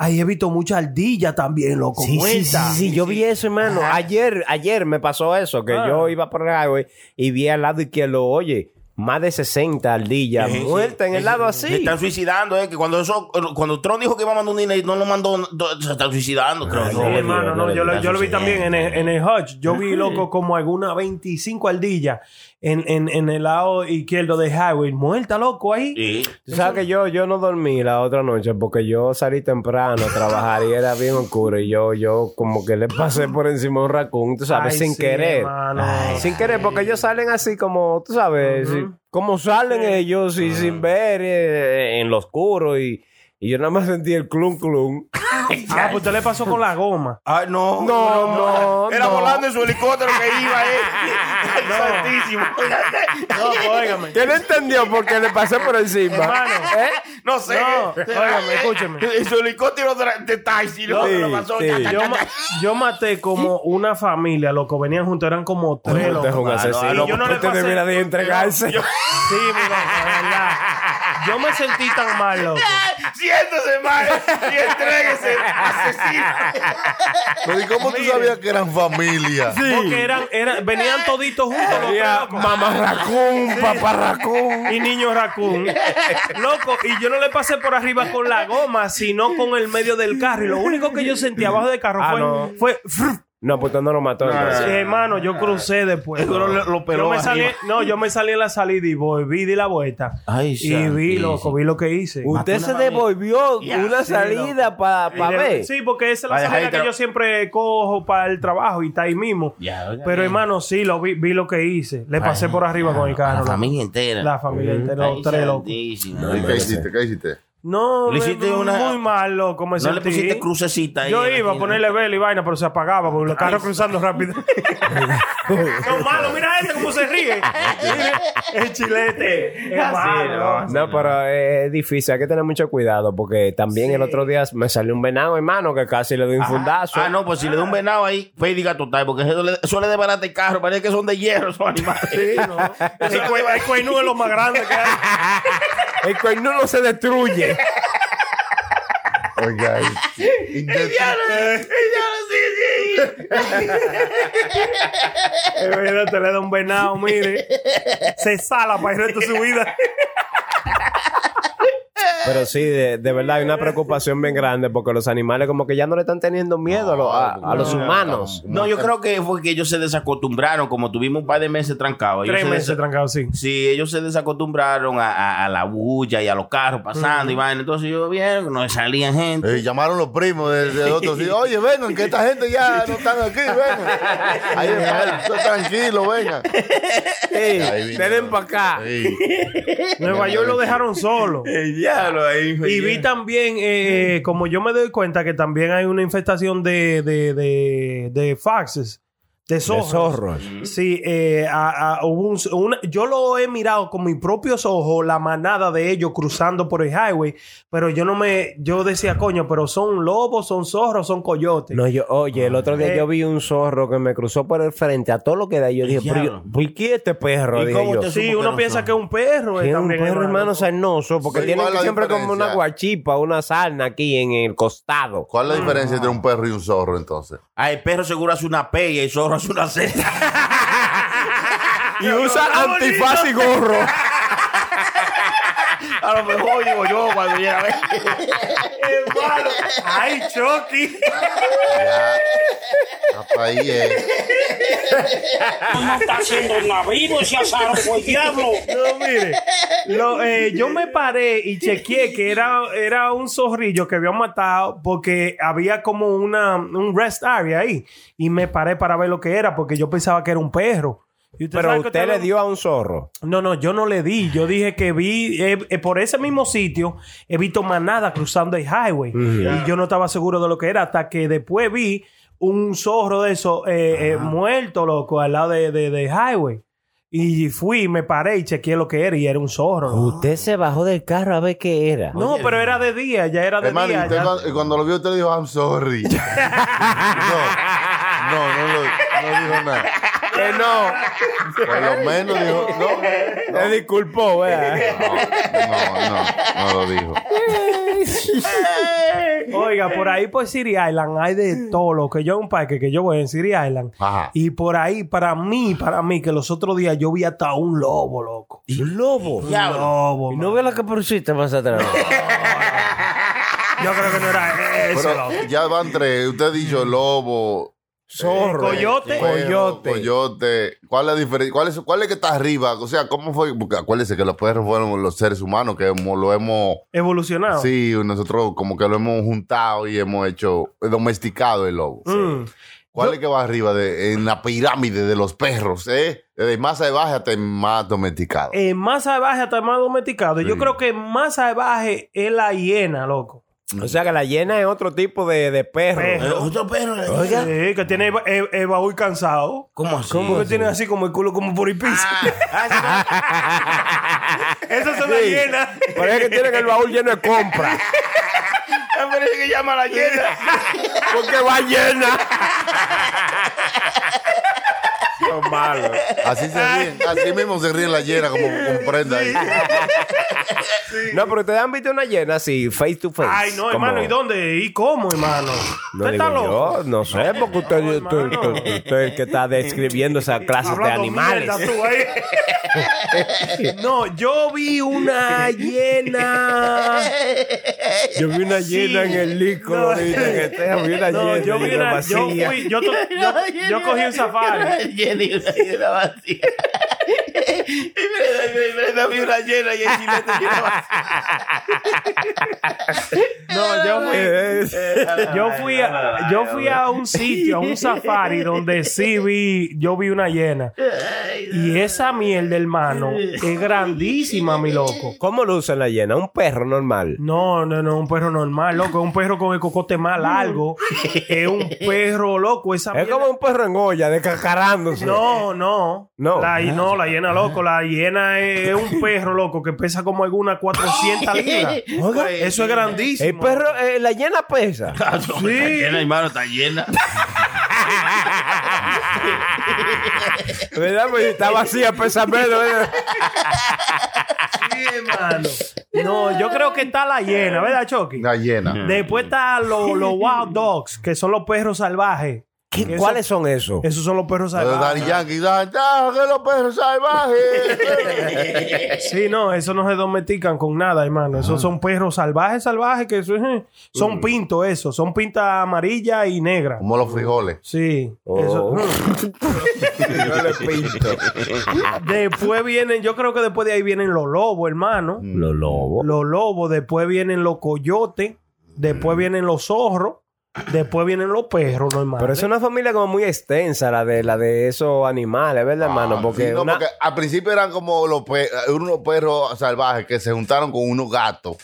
Ahí he visto mucha ardilla también, loco, Sí, sí, sí, muerta. sí, yo vi eso, hermano. Ayer, ayer me pasó eso, que Ah. yo iba por el highway y vi al lado izquierdo, oye, más de 60 ardillas muertas en el lado Se así. están suicidando, eh, que cuando eso, cuando Tron dijo que iba a mandar un dinero y no lo mandó, do- se están suicidando, creo. Sí, hermano, no, yo, lo, yo lo vi también en el, en el Hutch. Yo vi, loco, como alguna 25 ardillas en, en, en el lado izquierdo del highway, muerta, loco, ahí. Sí. Tú sabes que yo, yo no dormí la otra noche porque yo salí temprano a trabajar y era bien oscuro y yo, yo como que le pasé por encima a un raccoon, tú sabes, Ay, sin sí, querer. hermano. Ay, sin querer, porque ellos salen así como, tú sabes, sí, como salen ellos y Ah. sin ver eh, en lo oscuro y, y yo nada más sentí el clum clum. Ah, pues usted le pasó con la goma. Ah, no. No, no, Era no. volando en su helicóptero que iba, eh. Santísimo. No, pues, óigame. ¿Qué no entendió? Porque le pasé por encima. Hermano, No sé. No, óigame, escúcheme. En su helicóptero tra- de taxi, lo Sí, que lo pasó. sí. cha, cha, yo, cha, ma- yo maté como una familia, loco, venían juntos, eran como tres, Usted es loco. un asesino. yo no le Usted pasé- debiera de entregarse. Sí, mi loco, de verdad. Yo me sentí tan mal, loco. cha. Siéntese, madre, y entréguese, asesino. Pero ¿y cómo tú sabías que eran familia? Porque eran, eran, venían toditos juntos, los tres, loco. Mamarracún, paparracún. y niño raccoon. Loco, y yo no le pasé por arriba con la goma, sino con el medio del carro. Y lo único que yo sentí abajo del carro Ah, fue, no. fue frr. No, pues tú no lo mató. Ah, entonces. Sí, hermano, yo crucé después. Ah. lo- lo peló yo me salí, arriba. no, yo me salí en la salida y volví, di la vuelta. Ay, y vi, santísimo. loco, vi lo que hice. Usted se devolvió una salida para Y de- ver. Sí, porque esa es la Para salida dejar el que tra- yo siempre cojo para el trabajo y está ahí mismo. Ya, oiga, Pero bien. hermano, sí, lo vi, vi lo que hice. Le pasé por arriba con el carro. La loco. familia entera. La familia entera, los Ay, tres locos. santísimo. ¿Y ¿Qué hiciste? ¿Qué hiciste? No, Le hiciste eh, una- muy mal, loco. Me No le sentí. pusiste crucecita ahí. Yo en la iba a esquina. ponerle vela y vaina, pero se apagaba porque los carros cruzando rápido. Son malos, mira este cómo se ríe. Mira, El chilete. Es Así, malo. no. No, pero es difícil, hay que tener mucho cuidado porque también el otro día me salió un venado, hermano, que casi le doy un fundazo. Ah, no, pues si le da un venado ahí, fue y diga total, porque eso le, eso le desbarata el carro. Parece que son de hierro esos animales. El cue- el cuenú es lo más grande que hay. El cuerno no se destruye. Oiga, y- y- Eh, mira, te le da un venado, mire. Se sala para el resto de su vida. Pero sí, de, de verdad hay una preocupación bien grande porque los animales como que ya no le están teniendo miedo a, lo- a- a los humanos. No, yo creo que fue que ellos se desacostumbraron, como tuvimos un par de meses trancados. ellos Tres se meses desa- trancado, sí. Sí, ellos se desacostumbraron a, a- a la bulla y a los carros pasando y vaina. Entonces yo vieron que no salían gente. Eh, llamaron los primos del, del otro sitio. Oye, vengan, que esta gente ya no están aquí, vengan. Ahí vengan, estoy tranquilo, vengan. Ahí vino. Ven para acá. Sí. Nueva York lo dejaron solo. El diablo ahí. Y vi también, eh, eh, como yo me doy cuenta que también hay una infestación de, de, de, de faxes, de zorros. Sí, eh, a- a- hubo un- una- yo lo he mirado con mis propios ojos, la manada de ellos cruzando por el highway, pero yo no me, yo decía, coño, pero son lobos, son zorros, son coyotes. No, yo, oye, el otro día Eh. yo vi un zorro que me cruzó por el frente a todo lo que da. y Yo dije, pero yo, diablo. ¿por qué este perro? ¿Y Dije cómo yo. te- sí, uno no piensa son. que es un perro. eh, Que es un también, perro, hermano, sarnoso, porque Sí, tiene ¿cuál es la siempre como diferencia? una guachipa, una sarna aquí en el costado. ¿Cuál es la diferencia entre un perro y un zorro entonces? Ah, el perro seguro hace una P y el zorro hace una Z. Y usa antifaz y gorro. A lo mejor digo yo cuando llega a ver. Hermano, ¡Ay, Chucky! Hasta ahí es. No está haciendo nada vivo ese azar, por diablo. No, mire. Lo, eh, yo me paré y chequeé que era, era un zorrillo que habían matado porque había como una, un rest area ahí. Y me paré para ver lo que era porque yo pensaba que era un perro. Y Pero sabe que usted le lo- dio a un zorro. No, no, yo no le di. Yo dije que vi eh, eh, por ese mismo sitio, he visto manada cruzando el highway. Mm, Y yo no estaba seguro de lo que era hasta que después vi un zorro de eso muerto, loco, al lado de, de, de highway. Y fui, me paré y chequeé lo que era y era un zorro. Usted se bajó del carro a ver qué era. No, pero era de día, ya era de Hermano, y día. usted ya- cuando, cuando lo vio, usted dijo, I'm sorry. no, no, no, lo- no dijo nada. Que no. Por lo menos dijo, no. Le disculpó, vea. No, no, no lo dijo. Oiga, por ahí por City Island hay de todo lo que yo en un parque que yo voy en City Island. Ajá. Y por ahí, para mí, para mí, que los otros días yo vi hasta un lobo, loco. Un lobo. Un lobo. Y no veo la caperucita más atrás. man. Yo creo que no era eso, loco. Pero ya van tres. Usted ha dicho lobo, Zorro. Coyote. perro, Coyote. coyote. ¿Cuál es la diferencia? ¿Cuál es, ¿Cuál es que está arriba? O sea, ¿cómo fue? Porque acuérdese que los perros fueron los seres humanos que hemos- lo hemos. Evolucionado. Sí, nosotros como que lo hemos juntado y hemos hecho eh, domesticado el lobo. Mm. ¿Cuál es que va arriba de, en la pirámide de los perros? ¿eh? Desde más salvaje hasta el más domesticado. Eh, más salvaje hasta el más domesticado. Yo Sí. creo que más salvaje es la hiena, loco. O sea que la llena es otro tipo de, de perro. Perro. Otro perro. Oiga. Sí, que tiene el, ba- el- el baúl cansado. ¿Cómo así? Porque tiene así como el culo como por el piso. Esas son las hienas. Parece que tienen el baúl lleno de compras. Parece Ah, que llama la llena. Porque va llena. Son malos. Así se ríen. Así mismo se ríen la llena, como con prenda. ahí. No, pero ustedes han visto una llena así, face to face. Ay, no, Como- hermano. ¿Y dónde? ¿Y cómo, hermano? No ¿Usted está digo loco? yo, no sé, porque usted, usted- hermano. usted- usted es el que está describiendo esas clases de Hablando animales. mierda tú ahí. no, yo vi una hiena. Yo vi una hiena en el lico, No. ahorita que vi una No, yo vi una. Yo, fui, yo, to- yo- yo cogí un safari. Jenny, la hiena vacía. Y Brenda, y Brenda, y Brenda vibra llena y el chilete llena vacío. No, yo Eh, fui, yo fui, a, yo fui a un sitio, a un safari, donde sí vi, yo vi una hiena. Y esa mierda, hermano, es grandísima, mi loco. ¿Cómo luce la hiena? Un perro normal. No, no, no, un perro normal, loco. Es un perro con el cocote más largo. Es un perro loco. Esa Es mierda- como un perro en olla, descacarándose. No, no. No. La, no, la hiena loco. La hiena es un perro loco que pesa como algunas 400 libras. Oiga, Eso es grandísimo. El perro, eh, la hiena pesa. Está llena, hermano, está llena. ¿Verdad? Pues si está vacía, pesa menos. ¿verdad? No, yo creo que está la hiena, ¿verdad, Chucky? La llena. Después está los los wild dogs, que son los perros salvajes. ¿Qué- Eso- ¿Cuáles son esos? Esos son los perros La de Daddy salvajes. Yankee. da- da- que los perros salvajes. Eh, Sí, no, esos no se domestican con nada, hermano. Esos son perros salvajes, salvajes, que eso es- Mm. son pintos, esos. Son pintas amarilla y negra. Como los frijoles. Sí. Oh. eso- mm. Yo le pinto. Después vienen, yo creo que después de ahí vienen los lobos, hermano. Los lobos. Los lobos, después vienen los coyotes, después Mm. vienen los zorros, después vienen los perros, normal. Pero es una familia como muy extensa, la de, la de esos animales, ¿verdad, Ah, hermano? Porque, Sí, no, una- porque al principio eran como los pe- unos perros salvajes que se juntaron con unos gatos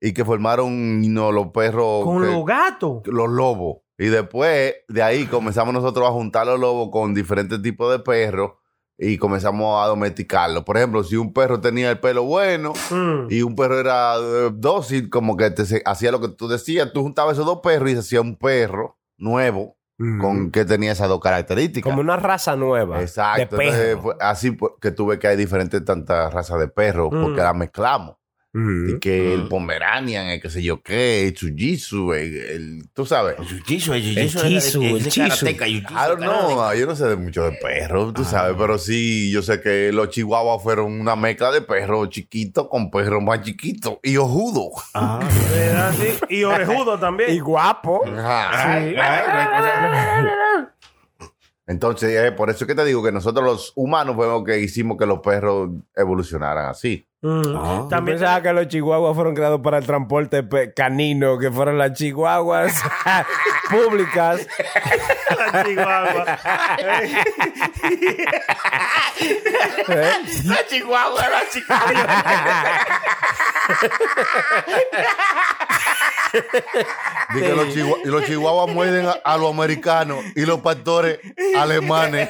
y que formaron no, los perros. Con que- los gatos. los lobos. Y después de ahí comenzamos nosotros a juntar los lobos con diferentes tipos de perros y comenzamos a domesticarlos. Por ejemplo, si un perro tenía el pelo bueno Mm. y un perro era eh, dócil, como que te se- hacía lo que tú decías, tú juntabas esos dos perros y se hacía un perro nuevo Mm. con que tenía esas dos características. como una raza nueva. Exacto. De Entonces, perro. fue así fue que tuve que hay diferentes tantas razas de perros Mm. porque las mezclamos. Mm. Y que el Pomeranian, el qué sé yo qué, el Tsujisu, el- el- tú sabes. Yujisu, el Yujisu. El era Chisu, de- el es de Chisu. karateka, Yujisu, I don't know, karateka. ah, yo no sé de mucho de perros, tú sabes, pero sí, yo sé que los chihuahuas fueron una mezcla de perros chiquitos con perros más chiquitos y ojudo. ¿Verdad? Ah, Sí. Y orejudo también. Ah, Y guapo. Ajá. Entonces, eh, por eso es que te digo que nosotros los humanos fuimos que hicimos que los perros evolucionaran así. Mm. También También Ah, pensaba que los chihuahuas fueron creados para el transporte pe- canino, que fueron las chihuahuas públicas. la chihuahua. ¿eh? La chihuahua, la chihuahua. Dice que los, chihua- y los chihuahuas muerden a, a los americanos y los pastores alemanes.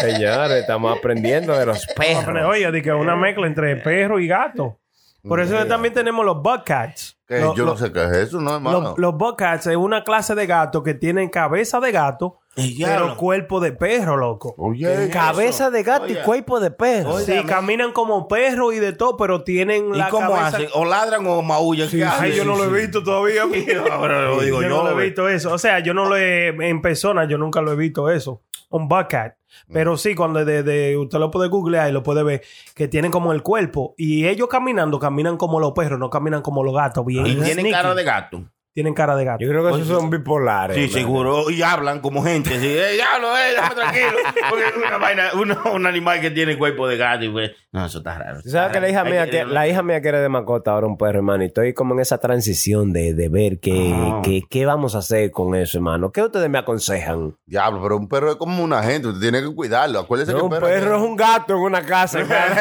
Señores, estamos aprendiendo de los Pero, perros. Oye, di que es una mezcla entre perro y gato. Por eso también tenemos los buckcats. Que Los- yo no los- sé qué es eso, ¿no, hermano? Los, los buckcats es una clase de gato que tienen cabeza de gato, pero cuerpo de perro, loco. Oye, Cabeza de gato y cuerpo de perro. Sí, caminan como perros y de todo, pero tienen ¿Y la cómo cabeza. hacen? ¿O ladran o maullan? ¿Qué hacen? Ay, yo no lo he visto todavía. amigo. Ahora lo yo digo yo, no lo he güey. visto eso. O sea, yo no lo he en persona, yo nunca lo he visto eso. Un bucket. Pero sí, cuando de, de- usted lo puede googlear y lo puede ver, que tienen como el cuerpo. Y ellos caminando, caminan como los perros, no caminan como los gatos. Bien, Y sneaky. tienen cara de gato. Tienen cara de gato. Yo creo que esos son bipolares. Sí, ¿no? seguro. Y hablan como gente. Sí, eh, diablo, eh, déjame tranquilo. Porque es una vaina, uno- un animal que tiene cuerpo de gato y pues. No, eso está raro. ¿Tú sabes que la hija Hay mía, que, tenerlo. la hija mía quiere de mascota ahora un perro, hermano? Y estoy como en esa transición de, de ver qué, Ah. qué, qué vamos a hacer con eso, hermano. ¿Qué ustedes me aconsejan? diablo, pero un perro es como una gente, usted tiene que cuidarlo. Acuérdese que No, un perro, es un gato en una casa. claro.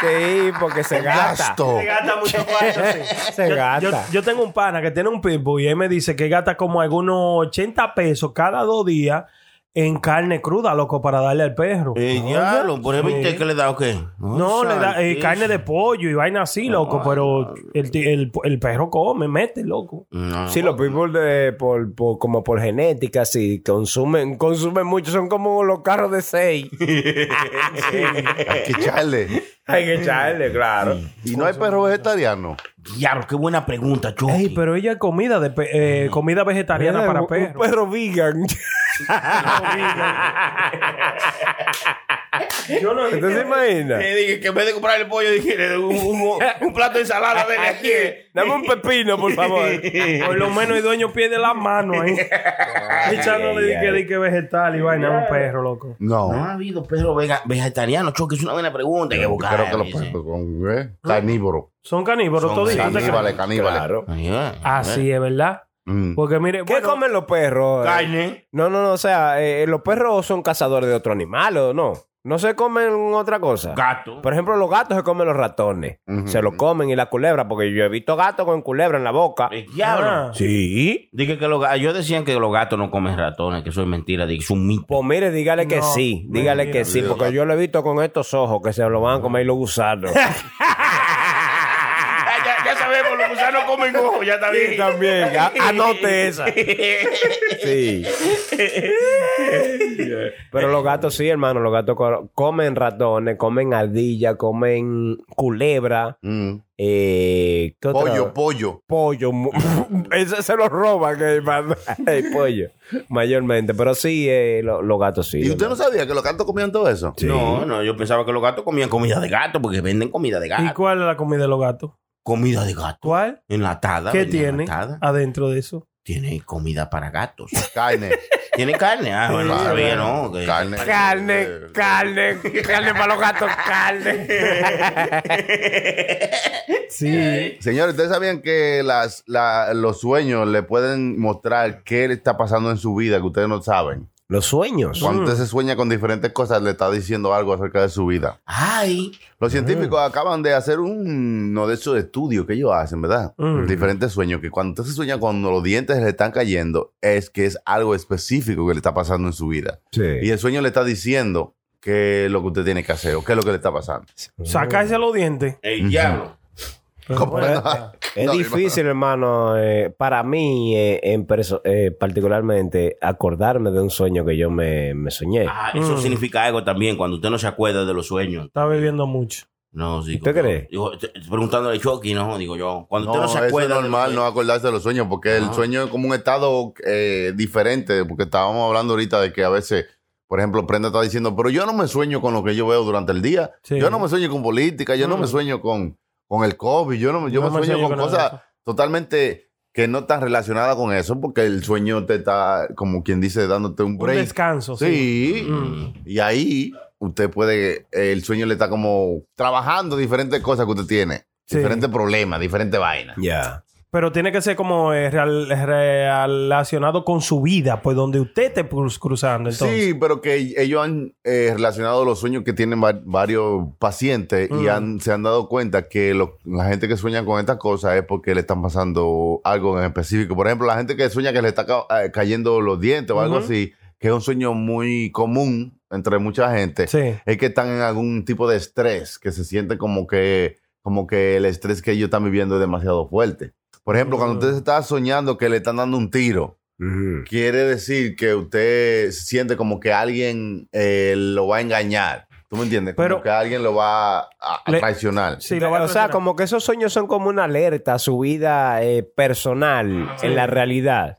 sí, porque se gasta. gasto. Se gasta mucho cuarto, sí. Se Yo- Yo, gasta. yo tengo un pana que tiene un pitbull y él me dice que gasta como algunos 80 pesos cada dos días en carne cruda, loco, para darle al perro. Eh, diablo, por ejemplo, ¿usted qué le da o qué? No, le da eh, santísimo. carne de pollo y vaina así, loco, pero el, ti- el- el perro come, mete, loco. No. Sí, los people de- por, por- como por genética, sí, consumen, consumen mucho. Son como los carros de seis. Hay que echarle. Hay que echarle, claro. Y no hay perro vegetariano. Diablo, qué buena pregunta, Chucky. Ey, pero ella es comida, de pe- eh, comida vegetariana para un, un perros. perro vegan. Yo no ¿Tú te imaginas? Eh, dije que en vez de comprar el pollo, dije, le doy un, un- un plato de ensalada, dele aquí. Dame un pepino, por favor. Por lo menos el dueño pierde la mano ahí. Echándole di que, di que vegetal y vaina a un perro, loco. No. No ha habido perro vega- vegetariano, choque, es una buena pregunta. Hay que buscar. Creo que los dice. perros con ¿eh? caníboro. Son canívoros Son todos. Caníbales, caníbales. Claro. Ahí va. Así es, ¿verdad? Mm. Porque mire, ¿Qué comen los perros? Eh, Carne. No, no, no. O sea, eh, los perros son cazadores de otro animal o no. No se comen otra cosa. Gato. Por ejemplo, los gatos se comen los ratones. Ujú. Se los comen y la culebra, porque yo he visto gatos con culebra en la boca. El diablo. Ah. Sí. Dije que los ga- yo decían que los gatos no comen ratones, que eso es mentira, dije, es un mito. Pues mire, dígale que No, sí. Dígale mentira. que sí, porque yo lo he visto con estos ojos que se lo van a comer los gusanos. Ah, ya, ya sabemos, los gusanos comen ojo, ya está bien. Sí, también. A- Anote esa. Sí. Pero los gatos sí, hermano. Los gatos co- comen ratones, comen ardilla, comen culebra. Mm. Eh, ¿qué otra? Pollo, pollo. pollo. mu- Ese se lo roban el, man- el pollo. Mayormente. Pero sí, eh, lo- los gatos sí. ¿Y usted no sabía que los gatos comían todo eso? No, no, yo pensaba que los gatos comían comida de gato, porque venden comida de ¿y gato. cuál es la comida de los gatos? Comida de gato. ¿Cuál? Enlatada. ¿Qué venden tiene enlatada. adentro de eso? Tiene comida para gatos. Carne. ¿Tiene carne? Ah, bueno, no Carne. sabía, ¿no? Que- Carne. Carne, carne, carne para los gatos, carne. Sí. Señores, ¿ustedes sabían que las, la- los sueños le pueden mostrar qué le está pasando en su vida que ustedes no saben? Los sueños. Cuando usted se sueña con diferentes cosas, le está diciendo algo acerca de su vida. Ay, Los científicos acaban de hacer un- uno de esos estudios que ellos hacen, ¿verdad? Ah. Mm. Diferentes sueños, que cuando usted se sueña cuando los dientes le están cayendo, es que es algo específico que le está pasando en su vida. Y Sí. el sueño le está diciendo qué es lo que usted tiene que hacer o qué es lo que le está pasando. Sacarse los dientes. el diablo. ¿Cómo? Es No, difícil, hermano, eh, para mí, eh, en perso- eh, particularmente, acordarme de un sueño que yo me, me soñé. Ah, eso Mm. significa algo también, cuando usted no se acuerda de los sueños. Está bebiendo mucho. No, sí. ¿Usted como- cree? Digo, te- preguntándole a Chucky, no, digo yo. Cuando No, usted no se acuerda. eso es de normal los- no acordarse de los sueños, porque el sueño es como un estado eh, diferente, porque estábamos hablando ahorita de que a veces, por ejemplo, Prenda está diciendo, pero yo no me sueño con lo que yo veo durante el día, Sí. yo no me sueño con política, yo no Mm. me sueño con, con el COVID, yo no, me- yo No me, sueño, con, nada de cosas eso. totalmente que no están relacionadas con eso, porque el sueño te está, como quien dice, dándote un Un break. descanso. Sí. Mm. sí, y ahí usted puede, eh, el sueño le está como trabajando diferentes cosas que usted tiene, Sí. diferentes problemas, diferentes vainas. Ya. Pero tiene que ser como eh, real- relacionado con su vida, pues donde usted esté cruz- cruzando. Entonces. Sí, pero que ellos han eh, relacionado los sueños que tienen va- varios pacientes y Mm. han, se han dado cuenta que lo- la gente que sueña con estas cosas es porque le están pasando algo en específico. Por ejemplo, la gente que sueña que le está ca- eh, cayendo los dientes o algo Ujú. así, que es un sueño muy común entre mucha gente, Sí. es que están en algún tipo de estrés, que se siente como que, como que el estrés que ellos están viviendo es demasiado fuerte. Por ejemplo, cuando usted está soñando que le están dando un tiro, Ujú. Quiere decir que usted siente como que alguien eh, lo va a engañar. ¿Tú me entiendes? Como Pero- que alguien lo va a, a Le- traicionar. Sí, lo va a o sea, traicionar. como que esos sueños son como una alerta a su vida eh, personal en la realidad.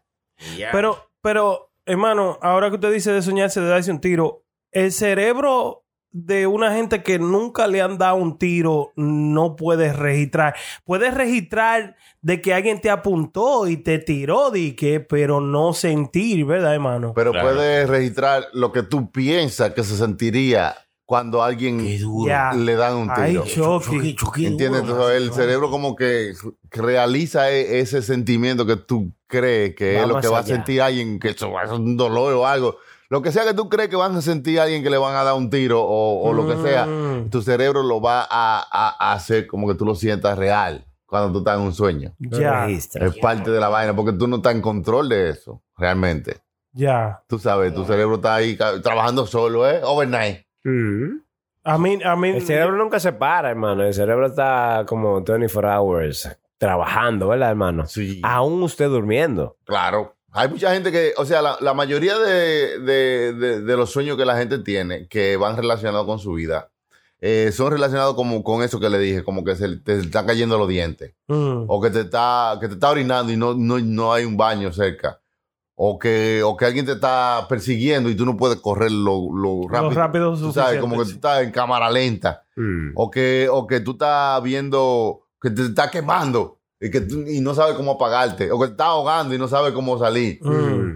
Pero, pero, hermano, ahora que usted dice de soñarse de darse un tiro, el cerebro de una gente que nunca le han dado un tiro no puede registrar. Puedes registrar de que alguien te apuntó y te tiró, di que, pero no sentir, ¿verdad, hermano? Pero Claro. puedes registrar lo que tú piensas que se sentiría cuando Qué alguien duro. Ya. le dan un Ay, tiro. Chucky. Chucky, ¿Entiendes? duro, Entonces, man. el cerebro como que realiza e- ese sentimiento que tú crees que Va es lo más que va allá. a sentir alguien, que eso va a ser un dolor o algo. Lo que sea que tú crees que van a sentir a alguien que le van a dar un tiro o, o lo que sea, Mm. tu cerebro lo va a, a- a hacer como que tú lo sientas real cuando tú estás en un sueño. Ya, Es parte de la vaina porque tú no estás en control de eso, realmente. ya. Tú sabes, tu cerebro está ahí ca- trabajando solo, ¿eh? Overnight. Ujú. A mí, a mí. El cerebro nunca se para, hermano. El cerebro está como 24 hours trabajando, ¿verdad, hermano? Sí. Aún usted durmiendo. Claro. Hay mucha gente que, o sea, la, la mayoría de, de- de- de los sueños que la gente tiene que van relacionados con su vida, eh, son relacionados como con eso que le dije, como que se te están cayendo los dientes. Mm. O que te está, que te está orinando y no, no, no hay un baño cerca. o que, o que alguien te está persiguiendo y tú no puedes correr lo, lo rápido. rápido tú sabes, suficiente, como que tú sí. estás en cámara lenta. O, que, o que tú estás viendo que te está quemando y, que tú- y no sabes cómo apagarte. O que te estás ahogando y no sabes cómo salir. Mm.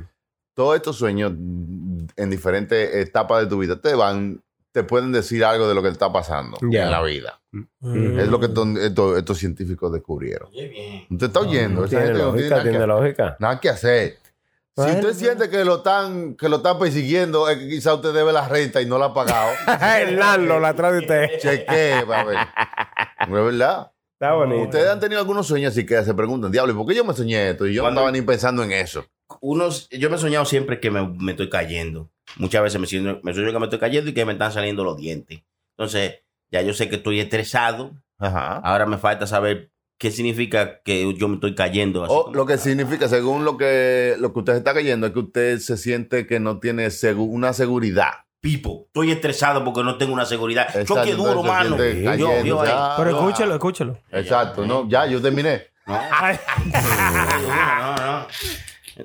Todos estos sueños mm, en diferentes etapas de tu vida te van, te pueden decir algo de lo que te está pasando Ya. Mm. en la vida. Mm. Es lo que ton- esto- estos científicos descubrieron. Te está oyendo. Esa Ah, Tiene gente no tiene lógica, nada que- tiene lógica. Nada que hacer. Si Bueno, usted bueno. siente que lo están que lo están persiguiendo, es que quizá usted debe la renta y no la ha pagado. El Lalo, la atrás de usted. Cheque, va a ver. No es verdad. Está bonito. Ustedes han tenido algunos sueños así que se preguntan, diablo, ¿y por qué yo me soñé esto? Y yo no Cuando- andaba ni pensando en eso. unos, yo me he soñado siempre que me, me estoy cayendo. Muchas veces me, siento- me sueño que me estoy cayendo y que me están saliendo los dientes. Entonces, ya yo sé que estoy estresado. Ajá. Ahora me falta saber qué significa que yo me estoy cayendo. así O como- Oh, lo que significa, según lo que, lo que usted está cayendo, es que usted se siente que no tiene segu- una seguridad. Pipo, estoy estresado porque no tengo una seguridad. Exacto, Choque duro, entonces, mano. siente Yo, cayendo, yo, ahí. ya. Pero Yo, escúchalo, escúchalo. Exacto, ¿no? Ya, yo terminé. Ay, No, no, no.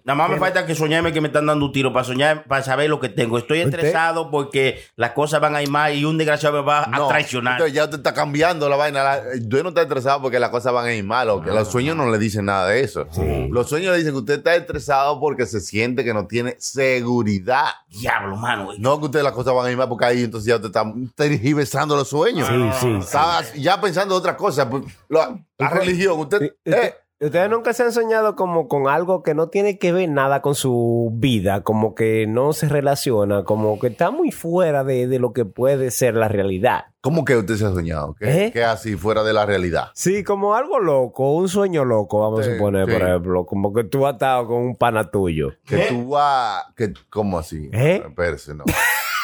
Nada más me falta que soñarme que me están dando un tiro para soñar, para saber lo que tengo. Estoy ¿Usted? estresado porque las cosas van a ir mal y un desgraciado me va No, a traicionar. Entonces ya te está cambiando la vaina. La- usted no está estresado porque las cosas van a ir mal. o que Ah. los sueños no le dicen nada de eso. Los sueños le dicen que usted está estresado porque se siente que no tiene seguridad. Diablo, mano. No que usted las cosas van a ir mal porque ahí entonces ya te está tergiversando los sueños. Sí, sí, sí. Está ya pensando otras cosas. Pues, La, la religión, usted. Sí, eh, usted- Ustedes nunca se han soñado como con algo que no tiene que ver nada con su vida, como que no se relaciona, como que está muy fuera de, de lo que puede ser la realidad. ¿Cómo que usted se ha soñado? Que, ¿Eh? que así fuera de la realidad. Sí, como algo loco, un sueño loco, vamos Sí, a suponer, sí. por ejemplo, como que tú has estado con un pana tuyo. Que tú vas. Que, ¿Cómo así? ¿Eh? Espérese, no.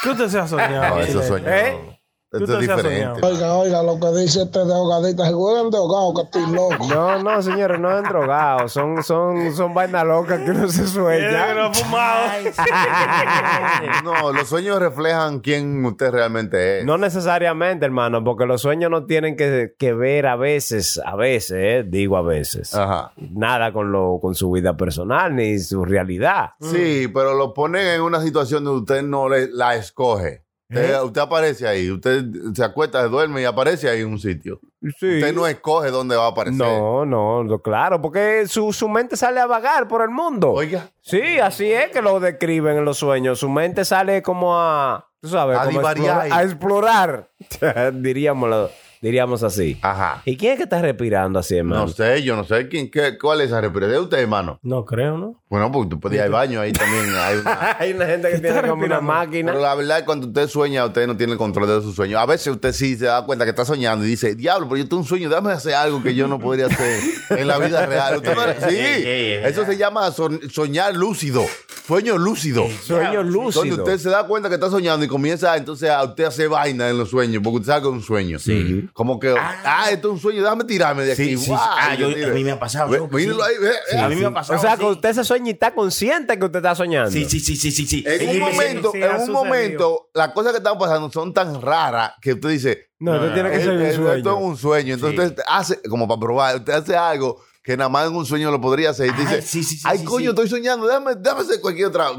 ¿Qué usted se ha soñado? No, eso Sí. sueño. ¿Eh? no. ¿Tú Esto es te has diferente. soñado? Oiga, oiga, lo que dice este de ahogadita, se juegan de ahogado que estoy loco. No, no, señores, no han drogado, son, son, son vainas locas que no se Mira que no sueñan. ha fumado. No, los sueños reflejan quién usted realmente es. No necesariamente, hermano, porque los sueños no tienen que, que ver a veces, a veces, eh, digo a veces. Ajá. nada con lo con su vida personal ni su realidad. Sí, pero lo ponen en una situación donde usted no le- la escoge. ¿Eh? Usted, usted aparece ahí, usted se acuesta, se duerme y aparece ahí en un sitio. Usted no escoge dónde va a aparecer. no, no, no, claro, porque su, su mente sale a vagar por el mundo. Oiga, Sí, así es que lo describen en los sueños. Su mente sale como a, tú sabes, A como divariar. explorar, a explorar. diríamos, diríamos así. ajá. ¿Y quién es que está respirando así, hermano? Ah. No sé, yo no sé quién, qué, cuál es esa respiración de usted, hermano. No creo, ¿no? Bueno, porque tú podías ir al baño ahí también. Hay una- Hay una gente que tiene como una respirando? máquina. Pero la verdad es que cuando usted sueña, usted no tiene el control de sus sueños. A veces usted sí se da cuenta que está soñando y dice, diablo, pero yo tengo un sueño, déjame hacer algo que yo no podría hacer en la vida real. Usted no- Sí, sí, sí, es eso se llama so- soñar lúcido, sueño lúcido. Sueño Donde lúcido. usted se da cuenta que está soñando y comienza entonces a usted hacer vaina en los sueños, porque usted sabe que es un sueño. Sí. Como que, ah, esto es un sueño, déjame tirarme de aquí. Sí, sí, sí. Guau, Ah, y yo yo- tiro. a mí me ha pasado. Ve- yo- míralo sí. ahí, ve, Sí, eh, a mí así. me ha pasado. O sea, sí. que usted se sueña y está consciente que usted está soñando. Sí, sí, sí, sí, sí, sí. En un Sí, me siento- momento, sí, ha en un sucedido. momento, las cosas que están pasando son tan raras que usted dice, No, usted tiene que "Eh, ser eh, un esto es sueño. un sueño. Entonces usted hace, como para probar, usted hace algo que nada más en un sueño lo podría hacer. Y Ay, dice, Ah, sí, sí, sí, ay, sí, coño, sí. estoy soñando, déjame, déjame hacer cualquier otra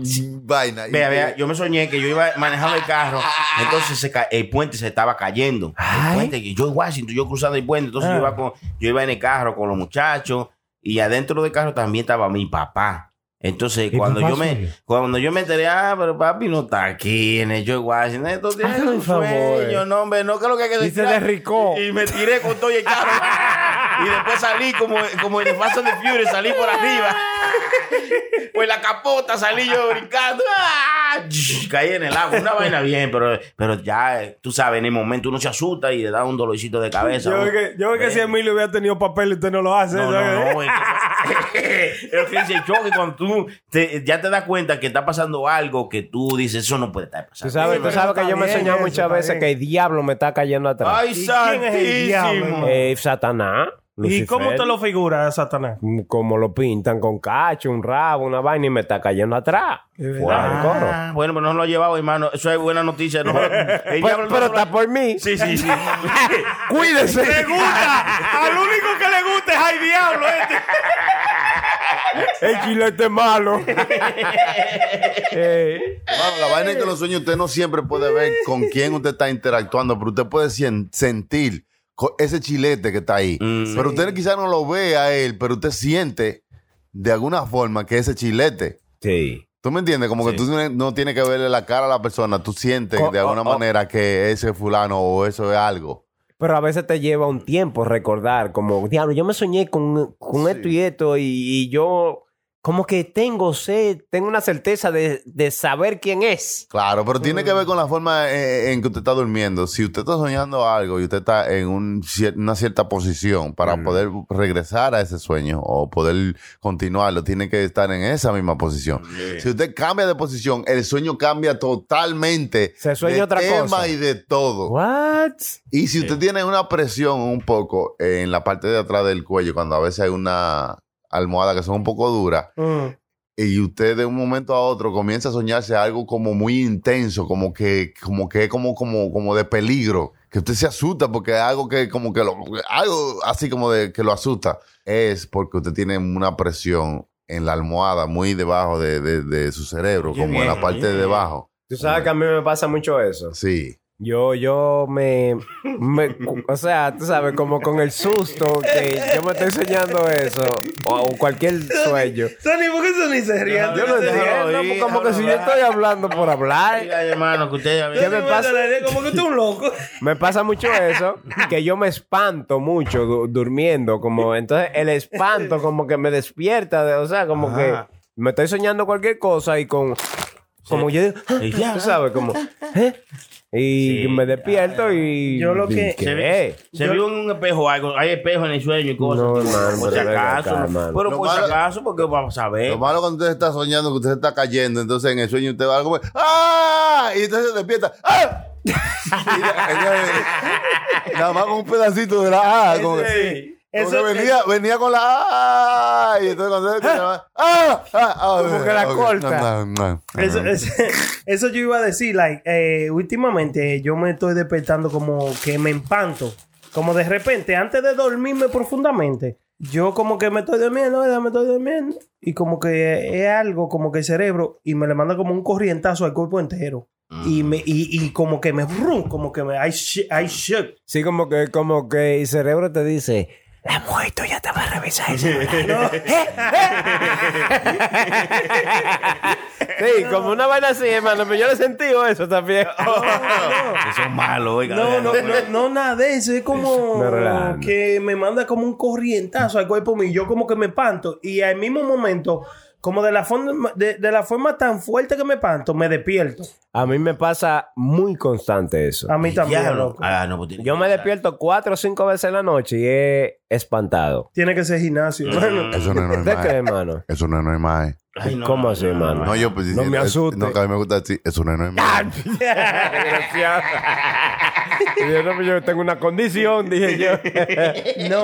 vaina. Y Vea, usted- vea, yo me soñé que yo iba manejando el carro, entonces se ca- el puente se estaba cayendo. El puente, que yo en Washington, yo cruzando el puente, entonces yo, iba con, yo iba en el carro con los muchachos y adentro del carro también estaba mi papá. Entonces, cuando papá yo me sueña? cuando yo me enteré, ah, pero papi no está aquí en el Joe Washington, entonces es Hazme un un favor. sueño, no, hombre, no creo que hay que Y se derricó. y me tiré con todo y el carro. y después salí como, como en el Fast and the Furious, salí por arriba. pues la capota salí yo brincando. ¡Ah! Caí en el agua. Una vaina bien, pero, pero ya, eh, tú sabes, en el momento uno se asusta y le da un dolorcito de cabeza. Yo ¿no? veo que, yo veo que si Emilio hubiera tenido papel y usted no lo hace. No, no, ¿sabe? no. Es que, es que dice choque cuando tú te- ya te das cuenta que está pasando algo que tú dices, eso no puede estar Tú pasando. sabes, Sí, tú pero sabes que está yo me he bien soñado eso, muchas está veces bien. que el diablo me está cayendo atrás. ¡Ay, quién es el diablo, santísimo! Eh, Satanás. ¿Y Lucifer. cómo usted lo figura, Satanás? Como lo pintan con cacho, un rabo, una vaina y me está cayendo atrás. Fuera del coro. Ah, bueno, pero no lo ha llevado, hermano. Eso es buena noticia. ¿no? El diablo Pero, no pero lo ha- está por mí. Sí, sí, sí. Cuídese. gusta! ¡Al único que le gusta es al diablo este! El chilete malo. Eh, Hermano, la vaina es que en los sueños usted no siempre puede ver con quién usted está interactuando, pero usted puede sien- sentir co- ese chilete que está ahí. Pero usted quizás no lo ve a él, pero usted siente de alguna forma que ese chilete. Sí. ¿Tú me entiendes? Como que tú no- no tienes que verle la cara a la persona. Tú sientes Co- de alguna o- o- manera que ese fulano o eso es algo. Pero a veces te lleva un tiempo recordar, como, diablo, yo me soñé con, con esto y esto, y, y yo como que tengo sed, tengo una certeza de, de saber quién es. Claro, pero tiene que ver Mm. con la forma eh, en que usted está durmiendo. Si usted está soñando algo y usted está en un cier- una cierta posición para Mm. poder regresar a ese sueño o poder continuarlo, tiene que estar en esa misma posición. Si usted cambia de posición, el sueño cambia totalmente. Se sueña de otra tema cosa. y de todo. What? Y si usted tiene una presión un poco en la parte de atrás del cuello, cuando a veces hay una almohada que son un poco duras, y usted de un momento a otro comienza a soñarse algo como muy intenso, como que, como que es como, como, como de peligro, que usted se asusta porque es algo que como que lo, algo así como de que lo asusta, es porque usted tiene una presión en la almohada muy debajo de, de- de su cerebro, como en la parte de debajo. Tú sabes que a mí me pasa mucho eso. Sí. Yo, yo me, me- cu- O sea, tú sabes, como con el susto que yo me estoy soñando eso, o, o cualquier sueño. Sony, ¿por qué Sony se ríe? Yo no entiendo, no, como que si yo estoy hablando por hablar. hermano, que usted ¿Qué me pasa? Como que tú un loco. Me pasa mucho eso, que yo me espanto mucho du- durmiendo, como entonces el espanto como que me despierta, de- o sea, como Ajá. que me estoy soñando cualquier cosa y con como yo digo, "Ah, ya. tú sabes, como ¿eh? y me despierto y Yo lo ¿y que- qué? Se ve- se Eh, Yo- vio en un espejo algo, hay espejo en el sueño y cosas. No, tipo, hermano, por si pero venga acaso. acá, pero hermano. Lo por si malo- acaso, porque vamos a ver. Lo malo cuando usted está soñando, que usted está cayendo, entonces en el sueño usted va algo, ¡ah! Y entonces se despierta, ¡ah! Y ya- ya- nada más con un pedacito de la A. Como, que- como Eso- que venía, venía con la A. Y entonces cuando se despierta, ¡ah! ah, ah Como que la ok, corta. no, no, no. Eso, eso, eso yo iba a decir, like, eh, últimamente yo me estoy despertando como que me empanto. Como de repente, antes de dormirme profundamente, yo como que me estoy durmiendo, ¿verdad? me estoy durmiendo. Y como que es algo como que el cerebro y me le manda como un corrientazo al cuerpo entero. Y, me, y, y como que me brum, como que me I, sh- I shook. Sí, como que como que el cerebro te dice, la muerto ya te va a revisar ese No. ¿eh? Sí, como una vaina así, hermano, pero yo le he sentido eso también. Oh. Eso es malo, oiga. No, no, no, no, nada de eso. Es como No, relajando. que me manda como un corrientazo al cuerpo mío. Yo como que me panto. Y al mismo momento, como de la forma, de, de la forma tan fuerte que me panto, me despierto. A mí me pasa muy constante eso. A mí también, Diablo. loco. Ah, no, pues tiene Yo que me pasar. despierto cuatro o cinco veces en la noche y he espantado. Tiene que ser Mm, gimnasio. hermano. Eso no es ¿De qué, normal. hermano? Eso no es normal. Ay, no, ¿Cómo no, así, no, hermano? No, yo pues No me es- asuste. No, que a mí me gusta decir, eso no es normal. Y yo, no, pues, yo tengo una condición, dije yo. no,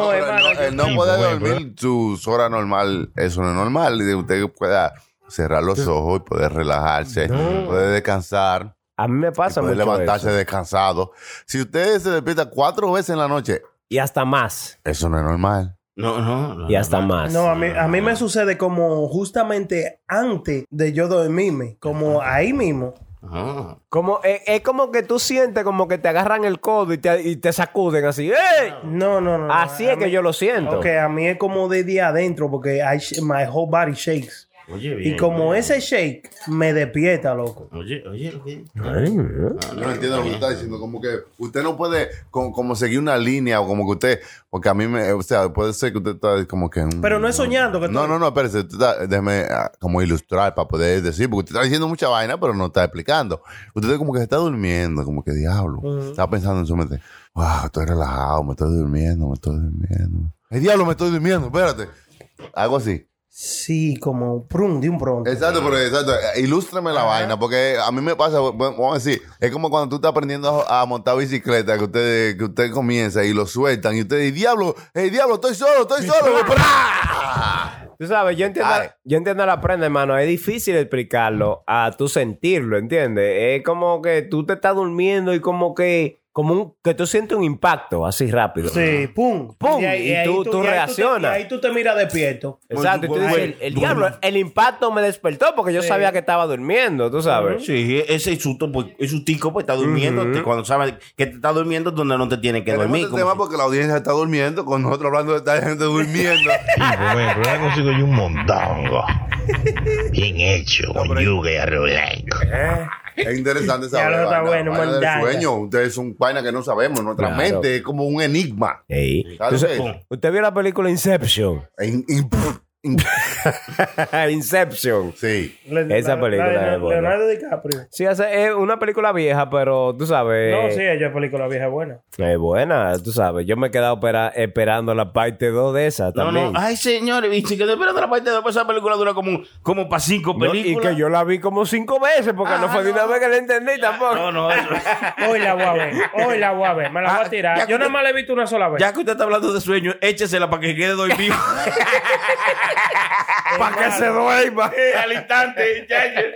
Pero hermano. el no, eh. el no poder dormir sus horas normal, eso no es normal. Y usted pueda cerrar los ojos y poder relajarse, poder descansar. A mí me pasa Puede mucho levantarse eso. descansado. Si usted se despierta cuatro veces en la noche, Y hasta más. eso no es normal. No, no, no, Ah, Y hasta más. No, a mí, a mí me sucede como justamente antes de yo dormirme, como ahí mismo. Ajá. Como, es, es como que tú sientes como que te agarran el codo y te, y te sacuden así. ¡Ey! No, no, no. no. Así A es que mí- yo lo siento. Ok, a mí es como de día adentro porque I sh- my whole body shakes. Oye, bien. Y como bien. ese shake me despierta, loco. Oye, oye, lo que- Yo no entiendo lo que está diciendo. Como que usted no puede como, como seguir una línea o como que usted. Porque a mí me. O sea, puede ser que usted está como que. mm, Pero no es soñando que No, no, no, espérese. usted está- déjeme ah, como ilustrar para poder decir. Porque usted está diciendo mucha vaina, pero no está explicando. Usted como que se está durmiendo, como que diablo. Está pensando en su mente. Wow, estoy relajado, me estoy durmiendo, me estoy durmiendo. El diablo, me estoy durmiendo, espérate. Algo así. Sí, como prum, de un pronto. Exacto, pero exacto. Ilústrame la vaina, porque a mí me pasa, bueno, vamos a decir, es como cuando tú estás aprendiendo a a montar bicicleta, que usted, que usted comienza y lo sueltan, y usted dice, diablo, el diablo, estoy solo, estoy solo. ¡Pra! Tú sabes, yo entiendo, Ay. yo entiendo la prenda, hermano. Es difícil explicarlo a tú sentirlo, ¿entiendes? Es como que tú te estás durmiendo y como que como un, que tú sientes un impacto así rápido. Sí, pum. Pum, y ahí tú- tú ahí te- reaccionas. y ahí tú te miras despierto. Exacto, y tú dices, el, el diablo, el impacto me despertó porque yo sabía que estaba durmiendo, tú sabes. Sí, ese susto, pues, es sustico, pues está durmiendo. Ujú. te- Cuando sabes que te está durmiendo, es donde no te tiene que Tenemos dormir. este tema porque la audiencia está durmiendo, con nosotros hablando de esta gente durmiendo. Rubén, Rubén consigo yo un mondongo. Bien hecho, con yuga y arrolango. Es interesante Ya saber. lo está vaina, bueno, vaina del mandanga. sueño. Ustedes son vainas que no sabemos. Nuestra Claro. mente es como un enigma. ¿Sabes Entonces, qué? ¿Usted vio la película Inception? Inception. Sí. Esa película Leonardo, es buena. Leonardo DiCaprio. Sí, esa es una película vieja, pero tú sabes. No, sí, ella es película vieja buena. Es buena, tú sabes. Yo me he quedado espera- esperando la parte 2 de esa No, ah, también. no. Ay, señores, viste que después de la parte de después esa película dura como, como para cinco No, y películas. que yo la vi como cinco veces porque no Ah, fue de una vez que la entendí tampoco. No, no, eso- Hoy la voy a ver. Hoy la voy a ver. Me la Ah, voy a tirar. Yo nada más la he visto una sola vez. Ya que usted está hablando de sueño, échesela para que quede dormido. para que se duerma. Al instante,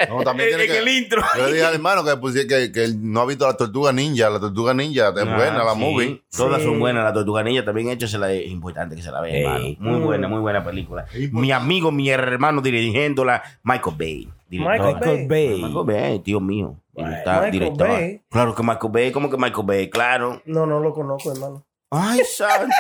No, también tiene que- intro. Yo le dije al hermano que, pusie- que, que él no ha visto la tortuga ninja. La tortuga ninja es buena, la movie. Ah, Todas son buenas. La Tortuga Ninja también échasela. Es importante que se la vea, hermano. Muy Mm. buena, muy buena película. Mi amigo, mi hermano dirigiéndola, Michael Bay. Michael Michael Bay. Bay. Michael Bay, tío mío. Él está Michael director. Bay. Claro que Michael Bay, ¿cómo que Michael Bay? Claro. No, no lo conozco, hermano. Ay, santo.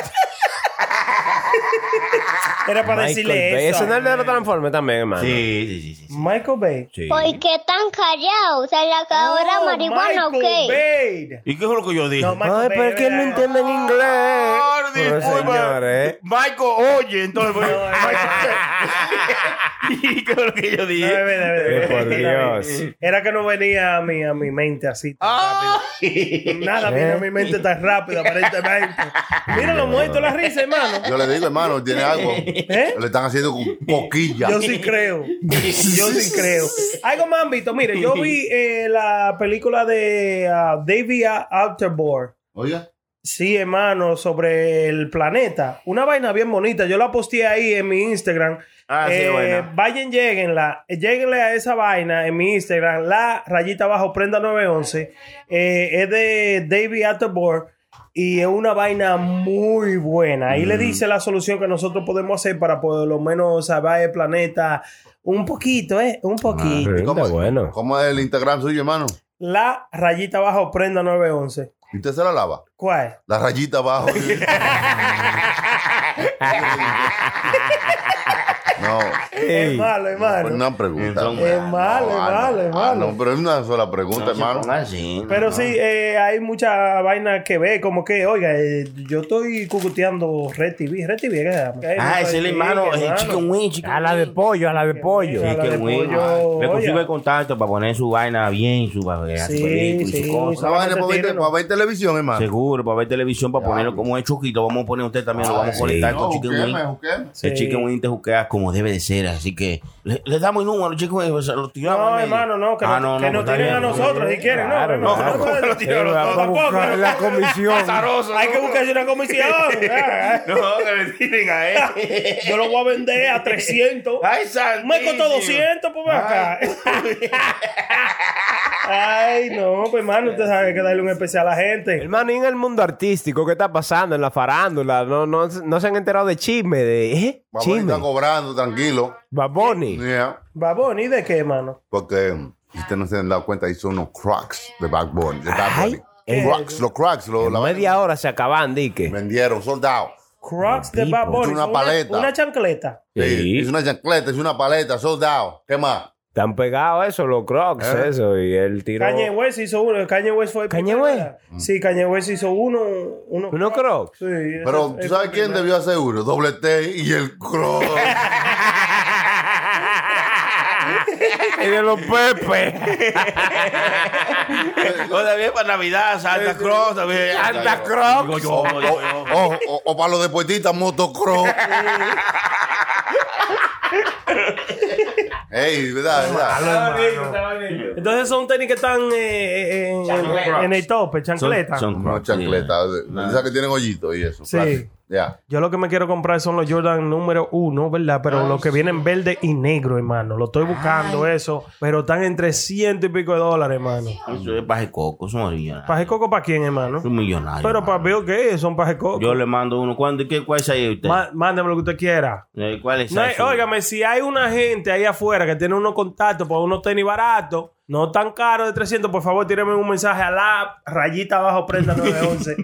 Era para Michael decirle Bay. eso. Ese no es de los Transformers también, hermano. Sí, sí, sí. Michael Bay. ¿Por qué tan callado? ¿Se le Oh acabó la marihuana o qué? ¿Y qué es lo que yo dije? Ay, pero es que él no entiende en inglés. Pero, señores. Michael, oye, entonces. pues, Michael- ¿Y qué es lo que yo dije? No, es verdad, es eh, verdad. Que por Era- Dios. Era que no venía a mi, a mi mente así tan Ah, rápido. Nada vino a mi mente tan rápido, aparentemente. Mira lo muerto la risa, hermano. ¿Eh? Yo le digo, hermano, tiene algo. Le están haciendo con coquilla. Yo sí creo. Yo sí creo. Algo más han visto. Mire, yo vi eh, la película de ah, David Attenborough. Oiga. Sí, hermano, sobre el planeta. Una vaina bien bonita. Yo la posteé ahí en mi Instagram. Ah, sí, eh, buena. Vayan, lleguenla. Lleguenle a esa vaina en mi Instagram. La rayita abajo, prenda 911. Eh, es de David Attenborough. Y es una vaina muy buena. Ahí Mm. le dice la solución que nosotros podemos hacer para por lo menos salvar el planeta un poquito, ¿eh? Un poquito. ¿Cómo, ¿Cómo es el Instagram suyo, hermano? La rayita abajo, prenda 911. ¿Y usted se la lava? ¿Cuál? La rayita abajo. no. Es malo, es malo. Pues una pregunta. Es malo, es malo, es Ah, malo. no, pero es una sola pregunta, hermano. Pero sí, eh, hay mucha vaina que ve, como que, oiga, eh, yo estoy cucuteando Red TV, Red TV, ¿qué se llama? Ah, ese es el hermano, el chico chico Wing, A la de pollo, a la de pollo. Sí, qué bueno. Le consigo el contacto para poner su vaina bien, su vaina, Sí, su película y su sí, cosa. Esa vaina para ver, Tíralo. para ver televisión, hermano. Seguro, para ver televisión, para ponerlo como es Chuquito. Vamos a poner usted también, lo vamos a Ay, conectar sí. con No, Chicken juqueme, Wing. juqueme. El Sí. Chicken Wing te juquea como debe de ser, así que le, le damos el número, Chicken Wing, o sea, lo tiramos. No, al medio. hermano, no, que, Ah, no, que nos no, pues, está tiren a bien. nosotros si quieren, Claro, no, no, no, claro. no, Sí, vamos a tampoco, buscar no. la comisión. Azaroso, Hay que buscarse una comisión. Ah, No, que le tiren a él. Yo lo voy a vender a 300. Me costó 200, pues ven acá. Ay, no, pues hermano, usted sabe que darle un especial a la gente. Hermano, y en el mundo artístico, ¿qué está pasando en la farándula? No, no, no se han enterado de chisme, de ¿eh? Baboni chisme. está cobrando, tranquilo. Baboni. Yeah. Baboni, ¿de qué, hermano? Porque um, si ustedes no se han dado cuenta, hizo unos cracks de Backbone. De Bad Bunny. Crocs, los cracks, los, la media hora se acaban, dique. Vendieron, soldado. Crocs de Bad Bunny. Una paleta. Una chancleta. Sí. Es una chancleta, es una paleta, soldado. ¿Qué más? Están pegados eso, los crocs, ¿Eh? eso. Y él tiró. Kanye West hizo uno. Kanye West fue el Kanye primero. Mm. West. Sí, Kanye West hizo uno. Uno, ¿Uno Crocs? Sí. Pero, ¿tú sabes quién debió hacer uno? Doble T y el Croc. y de los Pepe. O también para Navidad, Santa Cruz, también. Santa Cruz. O, o- o- o para los deportistas, motocross. Ey, ¿verdad? ¿verdad? Entonces son tenis que están eh, eh, en, Chancletas. en el tope, Son- chancleta. Son, chancletas. de- de Esas que tienen hoyito y eso. Sí. plástico. Ya. Yo lo que me quiero comprar son los Jordan número uno, ¿verdad? Pero los que vienen verde y negro, hermano. Lo estoy buscando eso. Pero están entre ciento y pico de dólares, hermano. Eso es paje coco, son originales. ¿Paje coco para quién, hermano? Son millonarios. Pero para Bill Gates son paje coco. Yo le mando uno. ¿Cuándo? ¿Qué, ¿Cuál es ahí usted? Má- Mándeme lo que usted quiera. Eh, ¿Cuál es No, ahí? óigame, si hay una gente ahí afuera que tiene unos contactos para unos tenis baratos, no tan caros de 300, por favor, tíreme un mensaje a la rayita abajo prenda 911.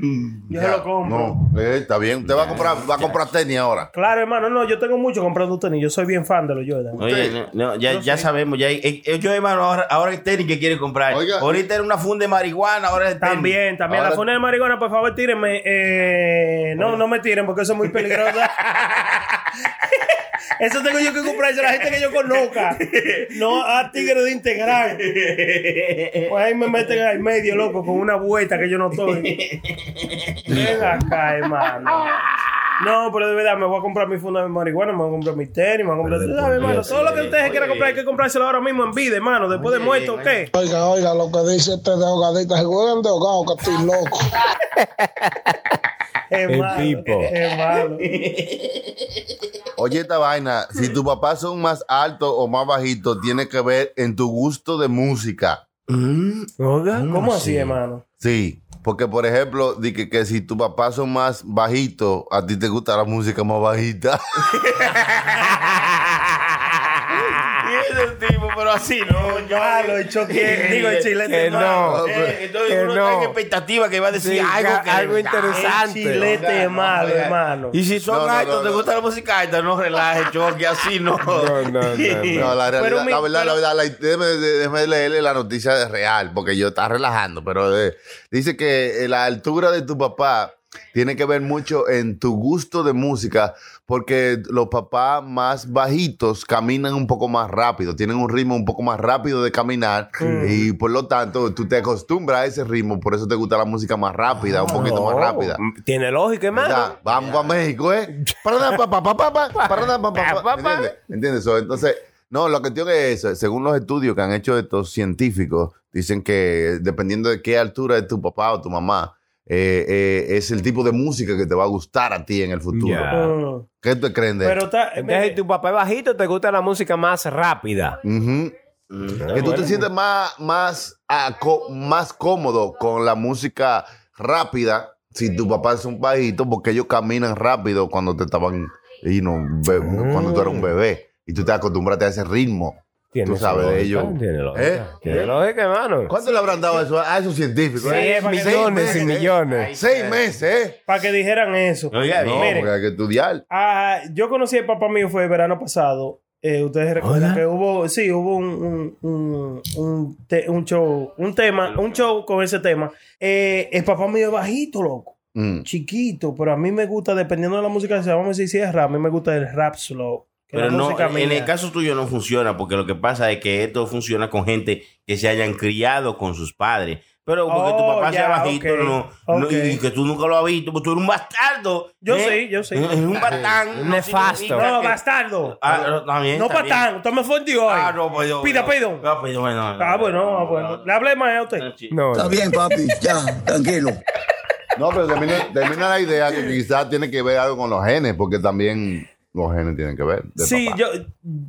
Yo se lo compro. No, eh, está bien. Usted va a comprar, va a comprar tenis ahora. Claro, hermano, no, yo tengo mucho comprando tenis. Yo soy bien fan de los Jordan. Oye, no, no, ya, ya sabemos, ya hay- eh, eh, yo hermano, ahora, ahora el tenis que quiere comprar. Ahorita era una funda de marihuana, ahora es el tenis. También, también. La funda de marihuana, por favor, tírenme. Eh, no, no me tiren porque eso es muy peligroso. eso tengo yo que comprar eso a la gente que yo conozca. No a tigres de integral. Pues ahí me meten al medio, loco, con una vuelta que yo no estoy. Ven acá, hermano. No, pero de verdad, me voy a comprar mi funda de marihuana, me voy a comprar mi tenis, me voy a comprar. Pero de ¿Sabe, por hermano? Dios, Todo lo que oye, ustedes oye. quieran comprar hay que comprárselo ahora mismo en vida, hermano. Después de muerto, ¿qué? Oiga, oiga, lo que dice este de hogadita, se juegan de hogado, que estoy loco. Es malo, tipo. Es malo. Oye, esta vaina, si tu papá son más alto o más bajito, tiene que ver en tu gusto de música. ¿Cómo así, hermano? Sí, porque por ejemplo, di que, que si tu papá son más bajito, a ti te gusta la música más bajita. Y ese tipo, pero así no. Ya Ah, lo he hecho que. Digo, el chilete. Que no, malo. Eh, entonces que uno no. está en expectativa que va a decir Sí, algo, que algo Ah, interesante. el chilete Oiga, es no, malo, oiga. hermano. Y si son No, no, altos, no, te no. gusta la música alta, no relajes, choque, así no. No, la realidad, Pero mi- la verdad, la verdad, la- déjeme, déjeme leerle la noticia de real, porque yo está relajando, pero eh, dice que eh, la altura de tu papá tiene que ver mucho en tu gusto de música, porque los papás más bajitos caminan un poco más rápido, tienen un ritmo un poco más rápido de caminar, Mm. y por lo tanto tú te acostumbras a ese ritmo, por eso te gusta la música más rápida, un poquito más rápida. Mm, Tiene lógica, hermano. Ya, Vamos a México, ¿eh? Para pa, pa, pa, pa, pa, para pa, pa, pa, pa. ¿Entiendes? ¿Entiendes? So, entonces, no, lo que digo es eso. Según los estudios que han hecho estos científicos, dicen que dependiendo de qué altura es tu papá o tu mamá, eh, eh, es el tipo de música que te va a gustar a ti en el futuro. Ah. Ya. ¿Qué te creen de eso? Entonces, si tu papá es bajito, te gusta la música más rápida. Ujú. Que tú te sientes más, más, aco- más cómodo con la música rápida si tu papá es un bajito, porque ellos caminan rápido cuando te estaban, y no, be- cuando tú eras un bebé y tú te acostumbraste a ese ritmo. Tú sabes de ellos. Tiene lógica. ¿Eh? Tiene lógica, hermano. ¿Cuánto le habrán dado a, eso- a esos científicos? Sí, eh? es para que- millones y ¿eh? millones. Seis meses, ¿eh? Para que dijeran eso. no, Mire, porque hay que estudiar. Ah, yo conocí al papá mío, fue el verano pasado. Eh, Ustedes recuerdan que hubo, sí, hubo un, un- un- un te- un show, un tema, un show con ese tema. Eh, el papá mío es bajito, loco. Mm. Chiquito, pero a mí me gusta, dependiendo de la música, que sea, vamos a decir si es rap, a mí me gusta el rap slow. que Pero la no, música en mía. el caso tuyo no funciona, porque lo que pasa es que esto funciona con gente que se hayan criado con sus padres. Pero porque tu Oh, papá sea ya, bajito, ok, no, no- y- ok. y que tú nunca lo has visto, pues tú eres un bastardo. Yo ¿eh? sé, yo sé. Eres un batán. no significa No, que- bastardo. Ah, no, también, no también. patán, usted me fue el tío hoy. Ah, no, pues yo- Pida, pido. Ah, pues bueno. Ah, bueno, ah, bueno. Le hablé más a usted. Está bien, papi, ya, tranquilo. No, pero termina, termina la idea que quizás tiene que ver algo con los genes, porque también los genes tienen que ver. de Sí, papá. yo,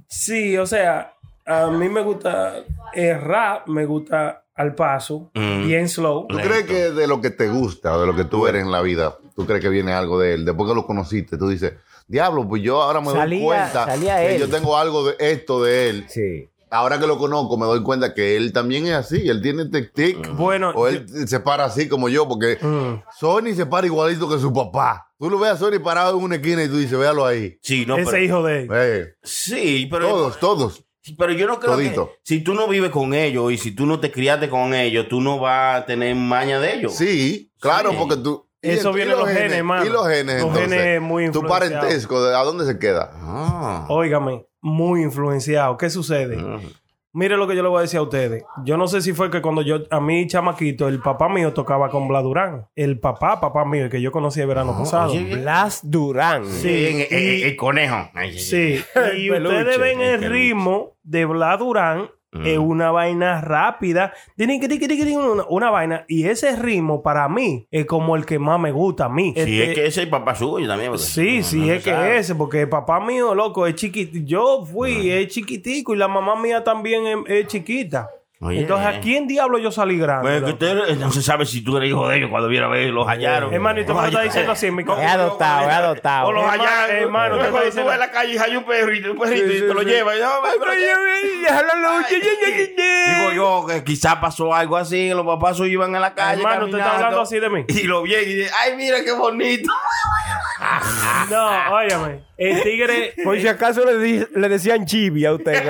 sí, o sea, a mí me gusta el rap, me gusta al paso, Mm. bien slow. ¿Tú crees que de lo que te gusta, de lo que tú eres en la vida, tú crees que viene algo de él? Después que lo conociste, tú dices, diablo, pues yo ahora me Salía- doy cuenta salía que él. yo tengo algo de esto de él. Sí. Ahora que lo conozco, me doy cuenta que él también es así. Él tiene tic-tic. Mm. Bueno. O Mm, él se para así como yo, porque Mm. Sony se para igualito que su papá. Tú lo ves a Sony parado en una esquina y tú dices, véalo ahí. Eh, Sí, no, Ese pero- hijo de él. Sí, pero. Todos, todos. Pero yo no creo Todito. que. Si tú no vives con ellos y si tú no te criaste con ellos, tú no vas a tener maña de ellos. Sí, claro, porque tú. y Eso el- y viene los genes, mano. Y los genes, Los entonces. genes muy Tu influenciados. parentesco, ¿de- ¿a dónde se queda? Ah. Óigame, muy influenciado. ¿Qué sucede? Mire lo que yo le voy a decir a ustedes. Yo no sé si fue que cuando yo, a mí, chamaquito, el papá mío tocaba con Blas Durán. El papá, papá mío, el que yo conocí el verano pasado. oye. Blas Durán. Sí, eh, el, el- el conejo. Ay, Sí, y peluche, ustedes ven el el peluche. ritmo de Blas Durán Es una vaina rápida. Tirin, tirin, tirin, tirin, Una, una vaina. Y ese ritmo para mí es como el que más me gusta a mí. Si Este- es que ese es papá suyo también. porque- Sí, sí, no es que sabe. ese, porque papá mío, loco, es chiquito. Yo fui, es chiquitico, y la mamá mía también es, es chiquita. Oye. Entonces, ¿a quién diablo yo salí grande? Bueno, que loco? usted eh, no se sabe si tú eres hijo de ellos cuando viera a ver, los hallaron. Eh, Hermanito, me lo está diciendo así en mi Es adoptado, es adoptado. O los Herma- hallan. hermano, Hermano, te estoy cuando tú diciendo- vas a la calle y hay un perrito, un perrito Sí, y sí, te lo sí. lleva. Y, "Ah, Ay, pero ya ve, déjalo, no, ya, ya, ya, ya, ya. eh, Digo yo, que quizás pasó algo así, que los papás suyos iban a la calle. Hermano, usted está caminando, hablando así de mí. Y lo vi y dije, ay, mira qué bonito. No, óyame. El tigre. Por si acaso le, di- le decían chibi a usted.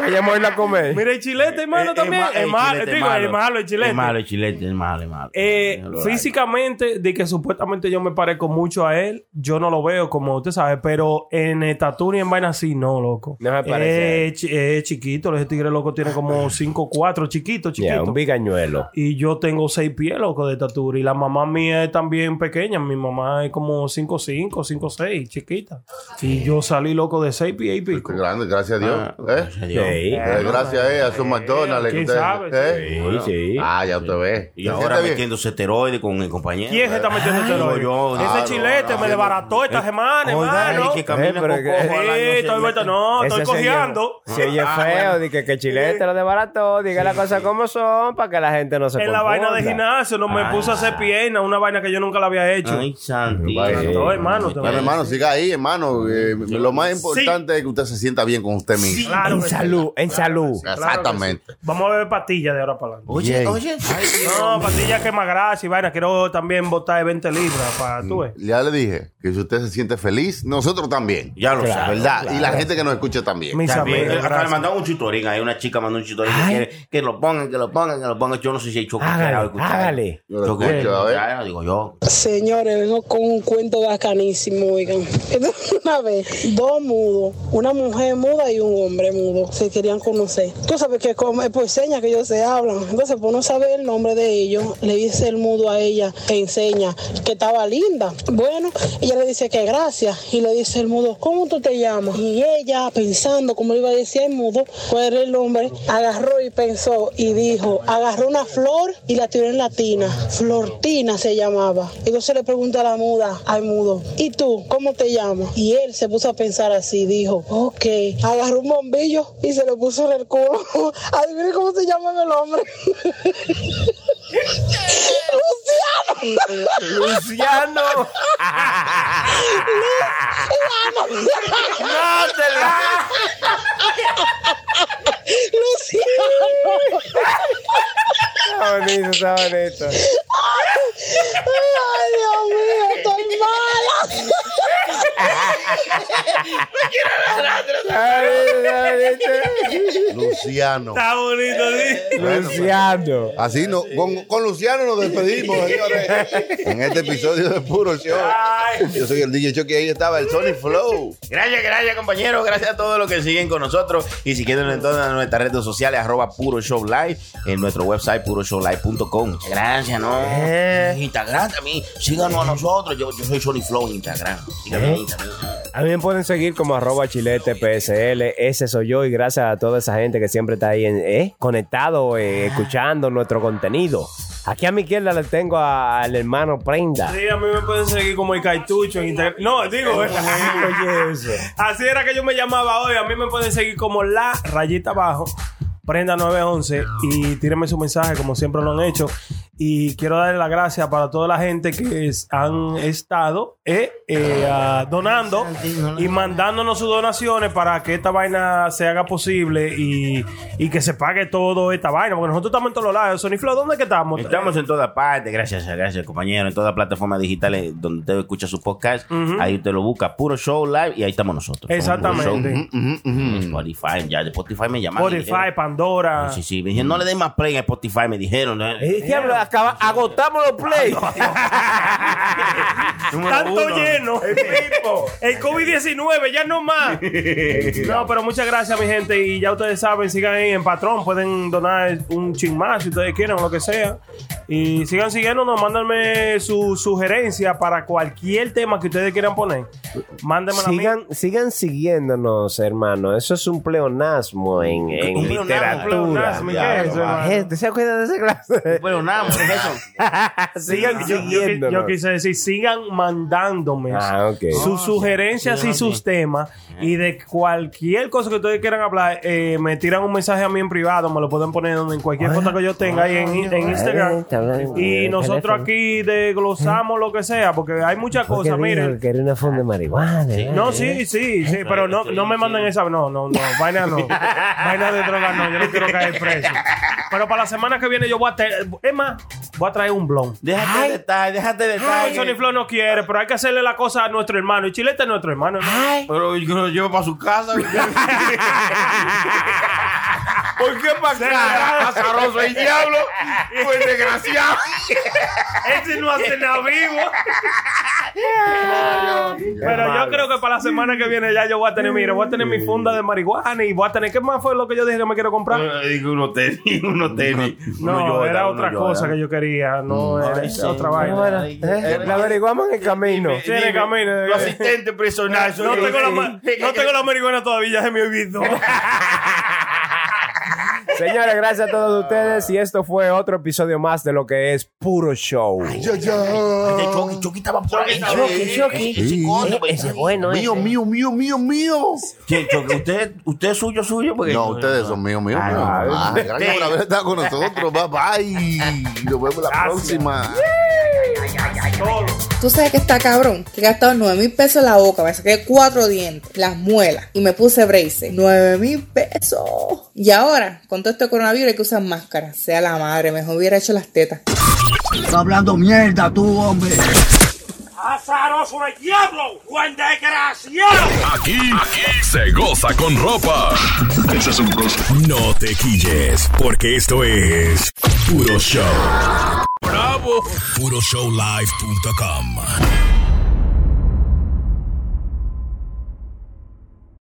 Vayamos a irla a comer. Mira, el chilete, hermano, también. Eh, ma- Es malo, chilete, digo, es malo el chilete. Es malo el chilete, es malo, es malo. Eh, Déjalo ahí. físicamente, de que supuestamente yo me parezco mucho a él, yo no lo veo como usted sabe, pero en estatura y en vaina sí, no, loco. No me parece. Es chi- es chiquito, ese tigre loco tiene como 5, 4, chiquito, Ya, chiquito. un bigañuelo. y yo tengo 6 pies, loco, de estatura. Y la mamá mía es también pequeña. Mi mamá es como 5, 5, 5, 6, chiquita. Y yo salí loco de 6 pies y pico. Grande, gracias a Dios. Ah, ¿eh? a Dios. Eh, Sí. gracias a ella, a su McDonald's. que Eh, ¿Quién ustedes- sabe? ¿eh? Sí, sí. Ah, ya usted ve. Y ¿Se ahora siente bien? metiéndose esteroides con el compañero. ¿Quién se está metiendo Ay, esteroides? digo yo, Ese ah, chilete me desbarató esta semana, oiga, hermano. es que camina Eh, pero con que- cojo al Sí, año, se estoy mete- vuelto- no, estoy Ese cojeando. Ah, Se oye, se oye feo, di que, que chilete lo de barato, diga las cosas como son para que la gente no se en la vaina de confunda. gimnasio, no me Ah. puse a hacer pierna, una vaina que yo nunca la había hecho. Ay, santi. Todo, hermano, te Bueno, hermano, siga ahí, hermano. Eh, lo más importante es que usted se sienta bien con usted mismo. Claro que ah, pues, sí. en salud. Claro que Exactamente. sí. Vamos a beber pastillas de ahora para adelante. Oye, Bien. oye. No, pastillas que más grasa y vaina. Quiero también botar de 20 libras para tú. ves. Ya le dije que si usted se siente feliz, nosotros también. Ya lo sabe. ¿Verdad? Claro. Y la gente que nos escucha también. Mis También, amigos, eh, Hasta le gracias. mandaron un chitorín. Hay una chica mandó un chitorín que, quiere que lo pongan, que lo pongan, que lo pongan. Yo no sé si hay Hágale, chocolate. hágale. lo Chocolate, escucho, a ver. eh. ya, digo yo. Señores, vengo con un cuento bacanísimo, oigan. Una vez, dos mudos, una mujer muda y un hombre mudo, se querían conocer. Tú sabes que como- es por señas que ellos se hablan. Entonces, por no saber el nombre de ellos, le dice el mudo a ella, que enseña, que estaba linda. Bueno, ella le dice que gracias. Y le dice el mudo, ¿cómo tú te llamas? Y ella, pensando, como le iba a decir el mudo, cuál era el hombre, agarró y pensó y dijo, agarró una flor y la tiró en la tina. Flortina se llamaba. Entonces le pregunta a la muda, al mudo, ¿y tú cómo te llamas? Y él se puso a pensar así, dijo, ok, agarró un bombillo y se lo puso en el culo. Adivinen cómo se llama el hombre. Luciano. Ah, Luciano. No te Luciano. Está bonito, está bonito. Ay, Dios mío, estoy mala. Luciano. Está bonito, sí. Luciano. pues, Así no, con, con Luciano nos despedimos, señores. En este episodio de Puro Show. Yo soy el DJ Chucky, ahí estaba el Sony Flow. Gracias, gracias, compañeros. Gracias a todos los que siguen con nosotros. Y si quieren, entonces, en nuestras redes sociales, arroba Puro Show Live, en nuestro website, puroshowlive.com. Muchas gracias, ¿no? Eh. En Instagram también. Síganos a nosotros. Yo, yo soy Sony Flow en Instagram. Síganos en ¿Eh? Instagram. A mí me pueden seguir como arroba chilete PSL. Ese soy yo y gracias a toda esa gente que siempre está ahí en- ¿eh? conectado, eh, escuchando nuestro contenido. Aquí a mi izquierda le tengo a- al hermano Prenda. Sí, a mí me pueden seguir como el cartucho en Instagram. No, digo, eh, Oye, eso. así era que yo me llamaba hoy. A mí me pueden seguir como la rayita abajo, prenda 911 y tírenme su mensaje como siempre lo han hecho. Y quiero darle las gracias para toda la gente que es- han estado eh, eh, ah, donando y mandándonos sus donaciones para que esta vaina se haga posible y, y que se pague todo esta vaina. Porque nosotros estamos en todos lados. Sony Flow, ¿dónde que estamos? Estamos en todas partes, gracias, gracias compañero, en todas las plataformas digitales eh, donde usted escucha su podcast, Ujú. ahí usted lo busca, Puro Show Live, y ahí estamos nosotros. Somos Exactamente. Puro Show. Spotify, ya de Spotify me llamaron. Spotify, dijeron- Pandora. Sí, sí, me dijeron, no le den más play a Spotify, me dijeron. ¿no? Ah, Diablo, acaba- agotamos los play. Número Tanto uno. lleno. El mismo. El COVID-19, ya no más. No, pero muchas gracias, mi gente. Y ya ustedes saben, sigan ahí en Patrón. Pueden donar un ching más si ustedes quieren o lo que sea. Y sigan siguiéndonos. Mándenme su sugerencia para cualquier tema que ustedes quieran poner. Mándenme la Sigan, sigan siguiéndonos, hermano. Eso es un pleonasmo en, en Un pleonasmo, un literatura. pleonasmo, ¿y qué Ya, es eso, lo hermano? bajé. ¿Te acuerdas de esa clase? Pleonasmo, ¿qué es pues, eso? Sigan yo, yo- yo, siguiéndonos. quise decir, sigan mandándome Ah, ok. sus sugerencias y sus temas. Y de cualquier cosa que ustedes quieran hablar, eh, me tiran un mensaje a mí en privado, me lo pueden poner en cualquier cosa que yo tenga ahí en, en Instagram. Y nosotros aquí desglosamos lo que sea, porque hay muchas cosas, miren. Que era una funda de marihuana. ¿eh? No, sí, sí, sí, pero no, no me manden esa. No, no, no, vaina no. Vaina de droga no, yo no quiero caer preso. Pero para la semana que viene yo voy a traer. Es más, voy a traer un blon. Déjate de estar, déjate de estar. Ay, Sony Flow no quiere, pero hay que hacerle la cosa a nuestro hermano. Y Chilete es nuestro hermano. ¿no? Pero yo lo llevo para su casa. ¿Por qué para acá? Azaroso el diablo. Pues desgraciado. Ese no hace nada vivo. Pero yo creo que para la semana que viene ya yo voy a tener, mira, voy a tener mi funda de marihuana y voy a tener, ¿qué más fue lo que yo dije que me quiero comprar? Digo, uno tenis, uno tenis. No, uno Jordan, era uno Mm. otra Jordan. cosa que yo quería, no era sí. otra vaina. No, era- eh, La averiguamos en el camino. Sí, en el camino. Tu asistente personal. No tengo, la, ma- no tengo la marihuana todavía, ya se me olvidó. Señores, gracias a todos ustedes. Y esto fue otro episodio más de lo que es Puro Show. Yo quitaba por ahí. Chucky, Chucky. Ese coño, Eh, Ese es bueno. Mío, ese. Mío, mío, mío, mío. ¿Quién, Chucky? ¿Usted, usted es suyo, suyo? Porque No, ustedes son míos, míos. míos. Ah, Gracias por haber estado con nosotros. Bye bye. Nos vemos la próxima. Tú sabes que está cabrón. Que he gastado 9 mil pesos en la boca. Me saqué cuatro dientes, las muelas y me puse braces. 9 mil pesos. Y ahora, con todo este coronavirus hay que usar máscara. Sea la madre, mejor hubiera hecho las tetas. Está hablando mierda tú, hombre. ¡Azaroso el diablo! ¡Buen desgraciado! Aquí, aquí se goza con ropa. No te quilles, porque esto es Puro Show. Bravo. PuroShowLive.com